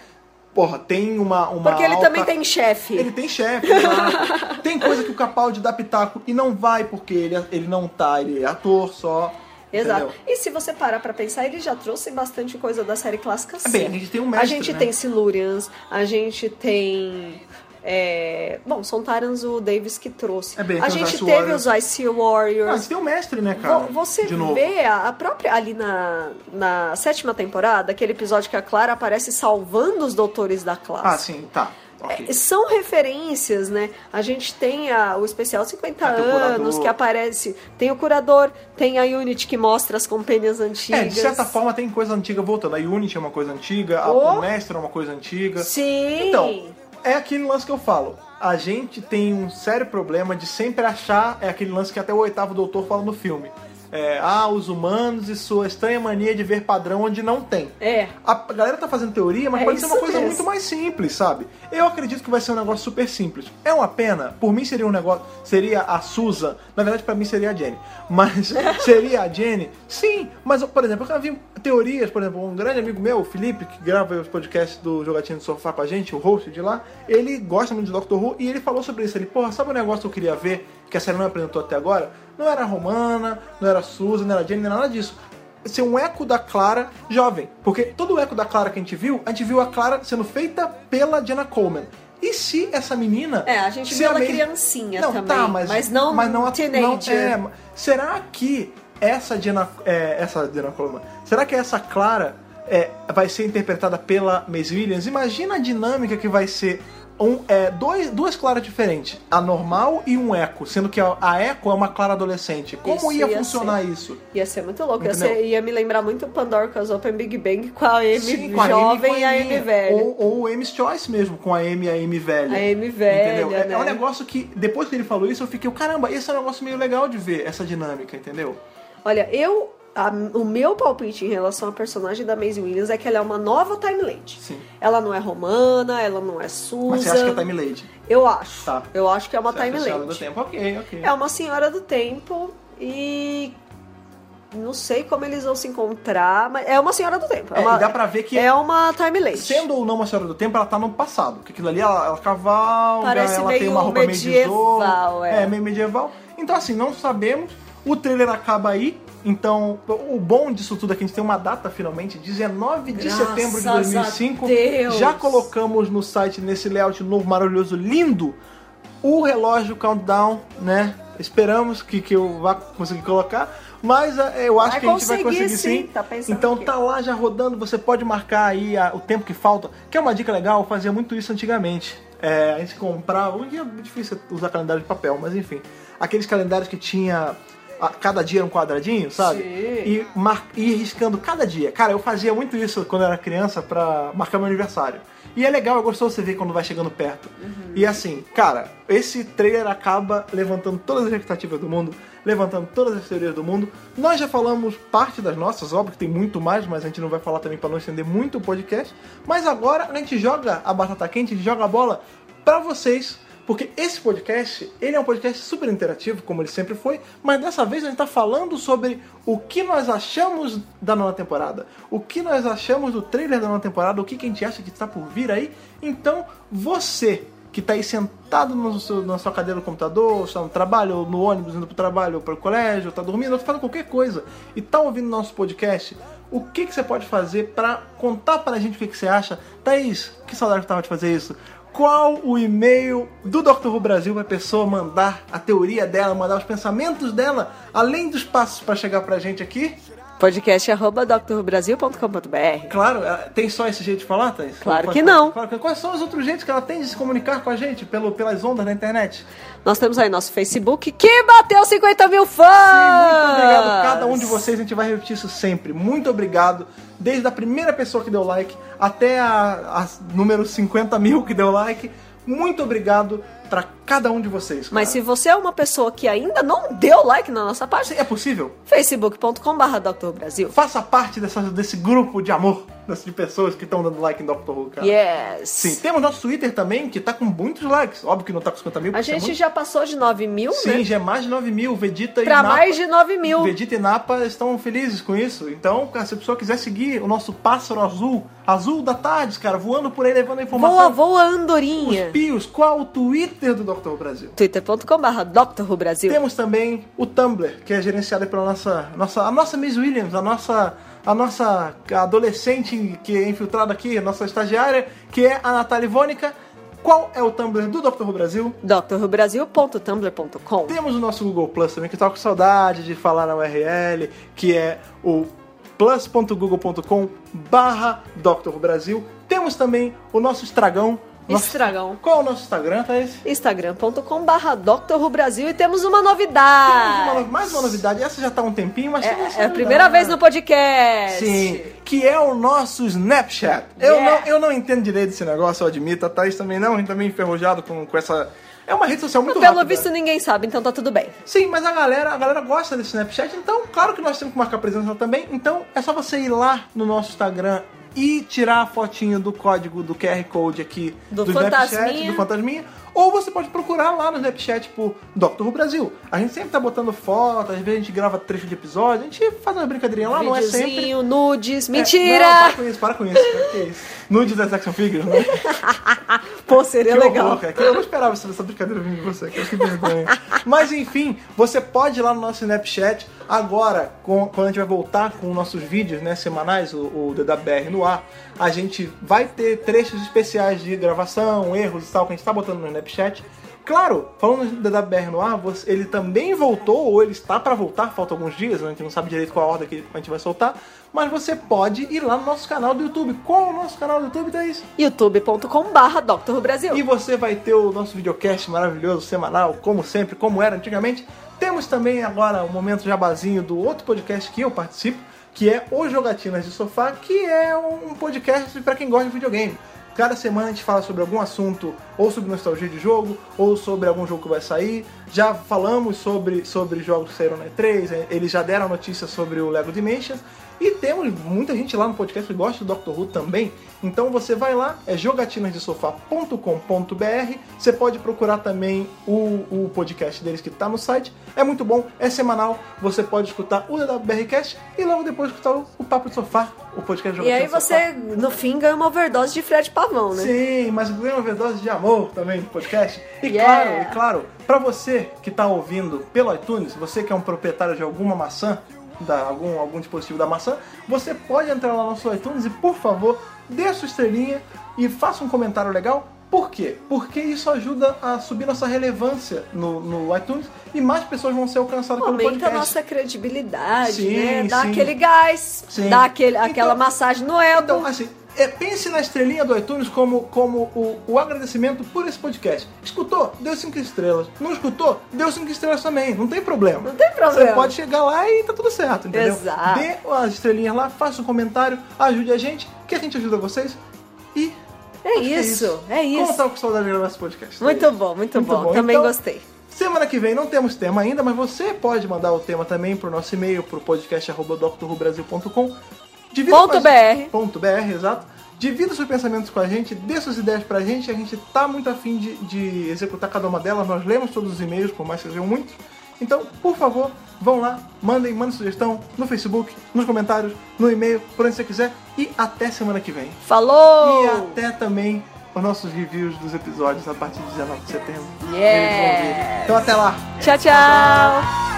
porra, tem uma... uma porque ele alta- também tem chefe. tá- Ele tem chefe, exato. tem coisa que o Capaldi dá pitaco e não vai porque ele, ele não tá, ele é ator só. Exato. entendeu? E se você parar pra pensar, ele já trouxe bastante coisa da série clássica, sim. Bem, a gente tem um mestre, A gente né? tem Silurians, a gente tem... é, Bom, são Tarans o Davis que trouxe. É bem, a tem os gente Ice teve Warriors. os Ice Ah, Warriors. você tem um mestre, né, cara? Vo- Você de novo. vê a a própria ali na, na sétima temporada, aquele episódio que a Clara aparece salvando os doutores da classe. Ah, sim, tá. ok. É, São referências, né? A gente tem a- o especial 50 Ah, tem o anos curador. que aparece, tem o curador, tem a Unity que mostra as companhias antigas. É, de certa forma tem coisa antiga voltando. A Unity é uma coisa antiga, a Oh. o Mestre é uma coisa antiga. Sim. Então, é aquele lance que eu falo. A gente tem um sério problema de sempre achar. É aquele lance que até o oitavo doutor fala no filme. é, ah, os humanos e sua estranha mania de ver padrão onde não tem. É. A galera tá fazendo teoria, mas É pode ser uma isso coisa mesmo. muito mais simples, sabe? Eu acredito que vai ser um negócio super simples. É uma pena, por mim seria um negócio. Seria a Susan, na verdade pra mim seria a Jenny. Mas seria a Jenny? Sim, mas por exemplo, eu já vi teorias, por exemplo, um grande amigo meu, o Felipe, que grava os podcasts do Jogatinho do Sofá com a gente, o host de lá, ele gosta muito de Doctor Who e ele falou sobre isso. Ele, porra, sabe o negócio que eu queria ver, que a série não apresentou até agora? Não era a Romana, não era a Susan, não era a Jenny, não era nada disso ser um eco da Clara jovem. Porque todo o eco da Clara que a gente viu, a gente viu a Clara sendo feita pela Jenna Coleman. E se essa menina. É, a gente se viu ela mesma- criancinha não, também, Tá, mas, mas não a- teenager. é, ma- será que essa Jenna. é, essa Jenna Coleman. Será que essa Clara é, vai ser interpretada pela Maisie Williams? Imagina a dinâmica que vai ser. Um, é, dois, duas claras diferentes, a normal e um eco, sendo que a, a eco é uma clara adolescente. Como Isso ia, ia funcionar isso? Ia ser muito louco. Ia, Entendeu? ser- ia me lembrar muito Pandora's Open Big Bang com a M Sim, com a jovem e a Amy M velha. Ou, ou o Amy's Choice mesmo, com a Amy e a Amy velha. A Amy velha, Entendeu? É- É, um né? negócio que, depois que ele falou isso, eu fiquei, caramba, esse é um negócio meio legal de ver, essa dinâmica, entendeu? Olha, eu. a- o meu palpite em relação à personagem da Maisie Williams é que ela é uma nova Time Lady. Sim. Ela não é romana, ela não é Susan. Mas você acha que é Time Lady? Eu acho. Tá. Eu acho que é uma Você acha que é Time a Senhora do Lady. tempo, ok, ok. É uma senhora do tempo e. Não sei como eles vão se encontrar, mas é uma senhora do tempo. É, É, uma, e dá pra ver que, é uma Time Lady. sendo ou não uma Senhora do Tempo, ela tá no passado. Porque aquilo ali, ela, ela cavalga, Parece ela tem meio uma roupa meio de medieval, zorro. é. é, meio medieval. Então, assim, não sabemos. O trailer acaba aí. Então, o bom disso tudo é que a gente tem uma data finalmente, 19 de Graças setembro de a 2005. Deus. Já colocamos no site, nesse layout novo, maravilhoso, lindo, o relógio countdown, né? Esperamos que, que eu vá conseguir colocar. Mas eh, eu acho Vai que a gente vai conseguir, conseguir sim. sim. Tá pensando então que- tá lá já rodando, você pode marcar aí a- o tempo que falta. Que é uma dica legal, eu fazia muito isso antigamente. É, a gente comprava. Hoje é difícil usar calendário de papel, mas enfim. Aqueles calendários que tinha. a- cada dia era um quadradinho, sabe? E mar, e ir riscando cada dia. Cara, eu fazia muito isso quando eu era criança pra marcar meu aniversário. E é legal, é gostoso você ver quando vai chegando perto. E assim, cara, esse trailer acaba levantando todas as expectativas do mundo, levantando todas as teorias do mundo. Nós já falamos parte das nossas, óbvio que tem muito mais, mas a gente não vai falar também pra não estender muito o podcast. Mas agora a gente joga a batata quente, a gente joga a bola pra vocês. Porque esse podcast, ele é um podcast super interativo, como ele sempre foi, mas dessa vez a gente tá falando sobre o que nós achamos da nova temporada, o que nós achamos do trailer da nova temporada, o que, que a gente acha que está por vir aí. Então, você que tá aí sentado no seu- na sua cadeira do computador, ou está no trabalho, ou no ônibus indo pro trabalho, ou pro colégio, ou tá dormindo, ou tá fazendo qualquer coisa, e tá ouvindo nosso podcast, o que, que você pode fazer para contar pra gente o que, que você acha? Thaís, que saudade que eu tava de fazer isso. Qual o e-mail do Dr. Who Brasil pra pessoa mandar a teoria dela, mandar os pensamentos dela, além dos passos para chegar pra gente aqui? Podcast arroba drbrasil.com.br. Claro, ela- tem só esse jeito de falar, Thaís? Claro Pode- que não. Claro que- Quais são os outros jeitos que ela tem de se comunicar com a gente pelo, pelas ondas da internet? Nós temos aí nosso Facebook que bateu 50 mil fãs! Ah! Muito obrigado a cada um de vocês, a gente vai repetir isso sempre. Muito obrigado, desde a primeira pessoa que deu like até a, a número 50 mil que deu like. Muito obrigado pra cada um de vocês. Mas se cara. você é uma pessoa que ainda não deu like na nossa página, é possível, facebook.com.br Dr. Brasil. faça parte dessa- desse grupo de amor, dessas de pessoas que estão dando like em Doctor Who, cara. Yes! Sim, temos nosso Twitter também, que tá com muitos likes. Óbvio que não tá com 50 mil. A porque isso é gente muito- já passou de 9 mil, Sim, né? já é mais de 9 mil. Vegeta e Pra Napa. mais de 9 mil. Vegeta e Napa estão felizes com isso. Então, cara, se a pessoa quiser seguir o nosso pássaro azul, azul da tarde, cara, voando por aí, levando a Voa, informação. voa, andorinha! Pios, qual o Twitter do Dr. Brasil? twitter.com.br Dr. Brasil. Temos também o Tumblr, que é gerenciado pela nossa, nossa, a nossa Miss Williams, a nossa, a nossa adolescente que é infiltrada aqui, a nossa estagiária, que é a Natália Ivônica. Qual é o Tumblr do Dr. Brasil? drrubrasil.tumblr.com Temos o nosso Google Plus também, que eu tava com saudade de falar na URL, que é o plus.google.com barra Dr. Brasil. Temos também o nosso estragão, Nossa. Estragão. Qual é o nosso Instagram, Thaís? instagram.com barra Brasil e temos uma Temos uma novidade. no- mais uma novidade, essa já tá há um tempinho, mas tem essa Ah, É a novidade. primeira vez no podcast. Sim, que é o nosso Snapchat. Eu, Yeah. não, eu não entendo direito esse negócio, eu admito. A Thaís também não, a gente também enferrujado com, com essa. É uma rede social muito Pelo rápida. visto ninguém sabe, então tá tudo bem. Sim, mas a galera, a galera gosta desse Snapchat, então claro que nós temos que marcar presença lá também. Então é só você ir lá no nosso Instagram e tirar a fotinho do código do QR Code aqui Do Snapchat, Fantasminha. do Fantasminha. Ou você pode procurar lá no Snapchat por Dr. Who Brasil. A gente sempre tá botando foto, às vezes a gente grava trecho de episódio, a gente faz uma brincadeirinha lá, não é sempre. Videozinho, nudes. É, Mentira! não, para com isso, para com isso. Para com isso. Nude das action figures, né? Pô, seria que legal. horror, cara. Que Eu não esperava essa essa brincadeira vir de você, cara. Que vergonha. Mas enfim, você pode ir lá no nosso Snapchat agora, com- quando a gente vai voltar com nossos vídeos né, semanais, o, o DWR no ar, a gente vai ter trechos especiais de gravação, erros e tal, que a gente tá botando no Snapchat. Claro, falando do DWR no ar, você- ele também voltou, ou ele está para voltar, falta alguns dias, né, a gente não sabe direito qual a ordem que a gente vai soltar, mas você pode ir lá no nosso canal do YouTube. Qual é o nosso canal do YouTube, Thaís? youtube.com barra Brasil. E você vai ter o nosso videocast maravilhoso, semanal, como sempre, como era antigamente. Temos também agora o momento jabazinho do outro podcast que eu participo, que é O Jogatinas de Sofá, que é um podcast para quem gosta de videogame. Cada semana a gente fala sobre algum assunto, ou sobre nostalgia de jogo, ou sobre algum jogo que vai sair. Já falamos sobre, sobre jogos que saíram na E3, eh, eles já deram notícia sobre o Lego Dimensions. E temos muita gente lá no podcast que gosta do Doctor Who também. Então você vai lá, é jogatinasdesofá.com.br. Você pode procurar também o, o podcast deles que está no site. É muito bom, é semanal. Você pode escutar o DWBRcast e logo depois escutar o, o Papo de Sofá, o podcast E aí Jogatina de Sofá. você, no fim, ganha uma overdose de Fred Pavão, né? Sim, mas ganha uma overdose de amor também no podcast. E Yeah. claro, e claro, pra você que tá ouvindo pelo iTunes, você que é um proprietário de alguma maçã, da, algum, algum dispositivo da maçã, você pode entrar lá no nosso iTunes e, por favor, dê sua estrelinha e faça um comentário legal. Por quê? Porque isso ajuda a subir nossa relevância no, no iTunes e mais pessoas vão ser alcançadas pelo Aumenta a podcast. nossa credibilidade, Sim, né? Dá sim. aquele gás, Sim. dá aquele, Então- aquela massagem no ego. Então, assim, é, pense na estrelinha do iTunes como, como o, o agradecimento por esse podcast. Escutou? Deu cinco estrelas. Não escutou? Deu cinco estrelas também. Não tem problema. Não tem problema. Você pode chegar lá e tá tudo certo, entendeu? Exato. Dê as estrelinhas lá, faça um comentário, ajude a gente, que a gente ajuda vocês. E é, acho que isso, é isso, Como tá tava com saudade de gravar esse podcast? Muito bom, muito, Muito bom. bom. Também Então- gostei. Semana que vem não temos tema ainda, mas você pode mandar o tema também pro nosso e-mail, pro podcast.drrubrasil.com. Divida Ponto com a BR. Ponto .br, exato. Divida seus pensamentos com a gente, dê suas ideias pra gente, a gente tá muito afim de, de executar cada uma delas, nós lemos todos os e-mails, por mais que sejam muitos. Então, por favor, vão lá, mandem, mandem sugestão no Facebook, nos comentários, no e-mail, por onde você quiser. E até semana que vem. Falou! E Oh. até também os nossos reviews dos episódios a partir de 19 de setembro. Yes. Eles vão vir. Então até lá! Tchau, tchau!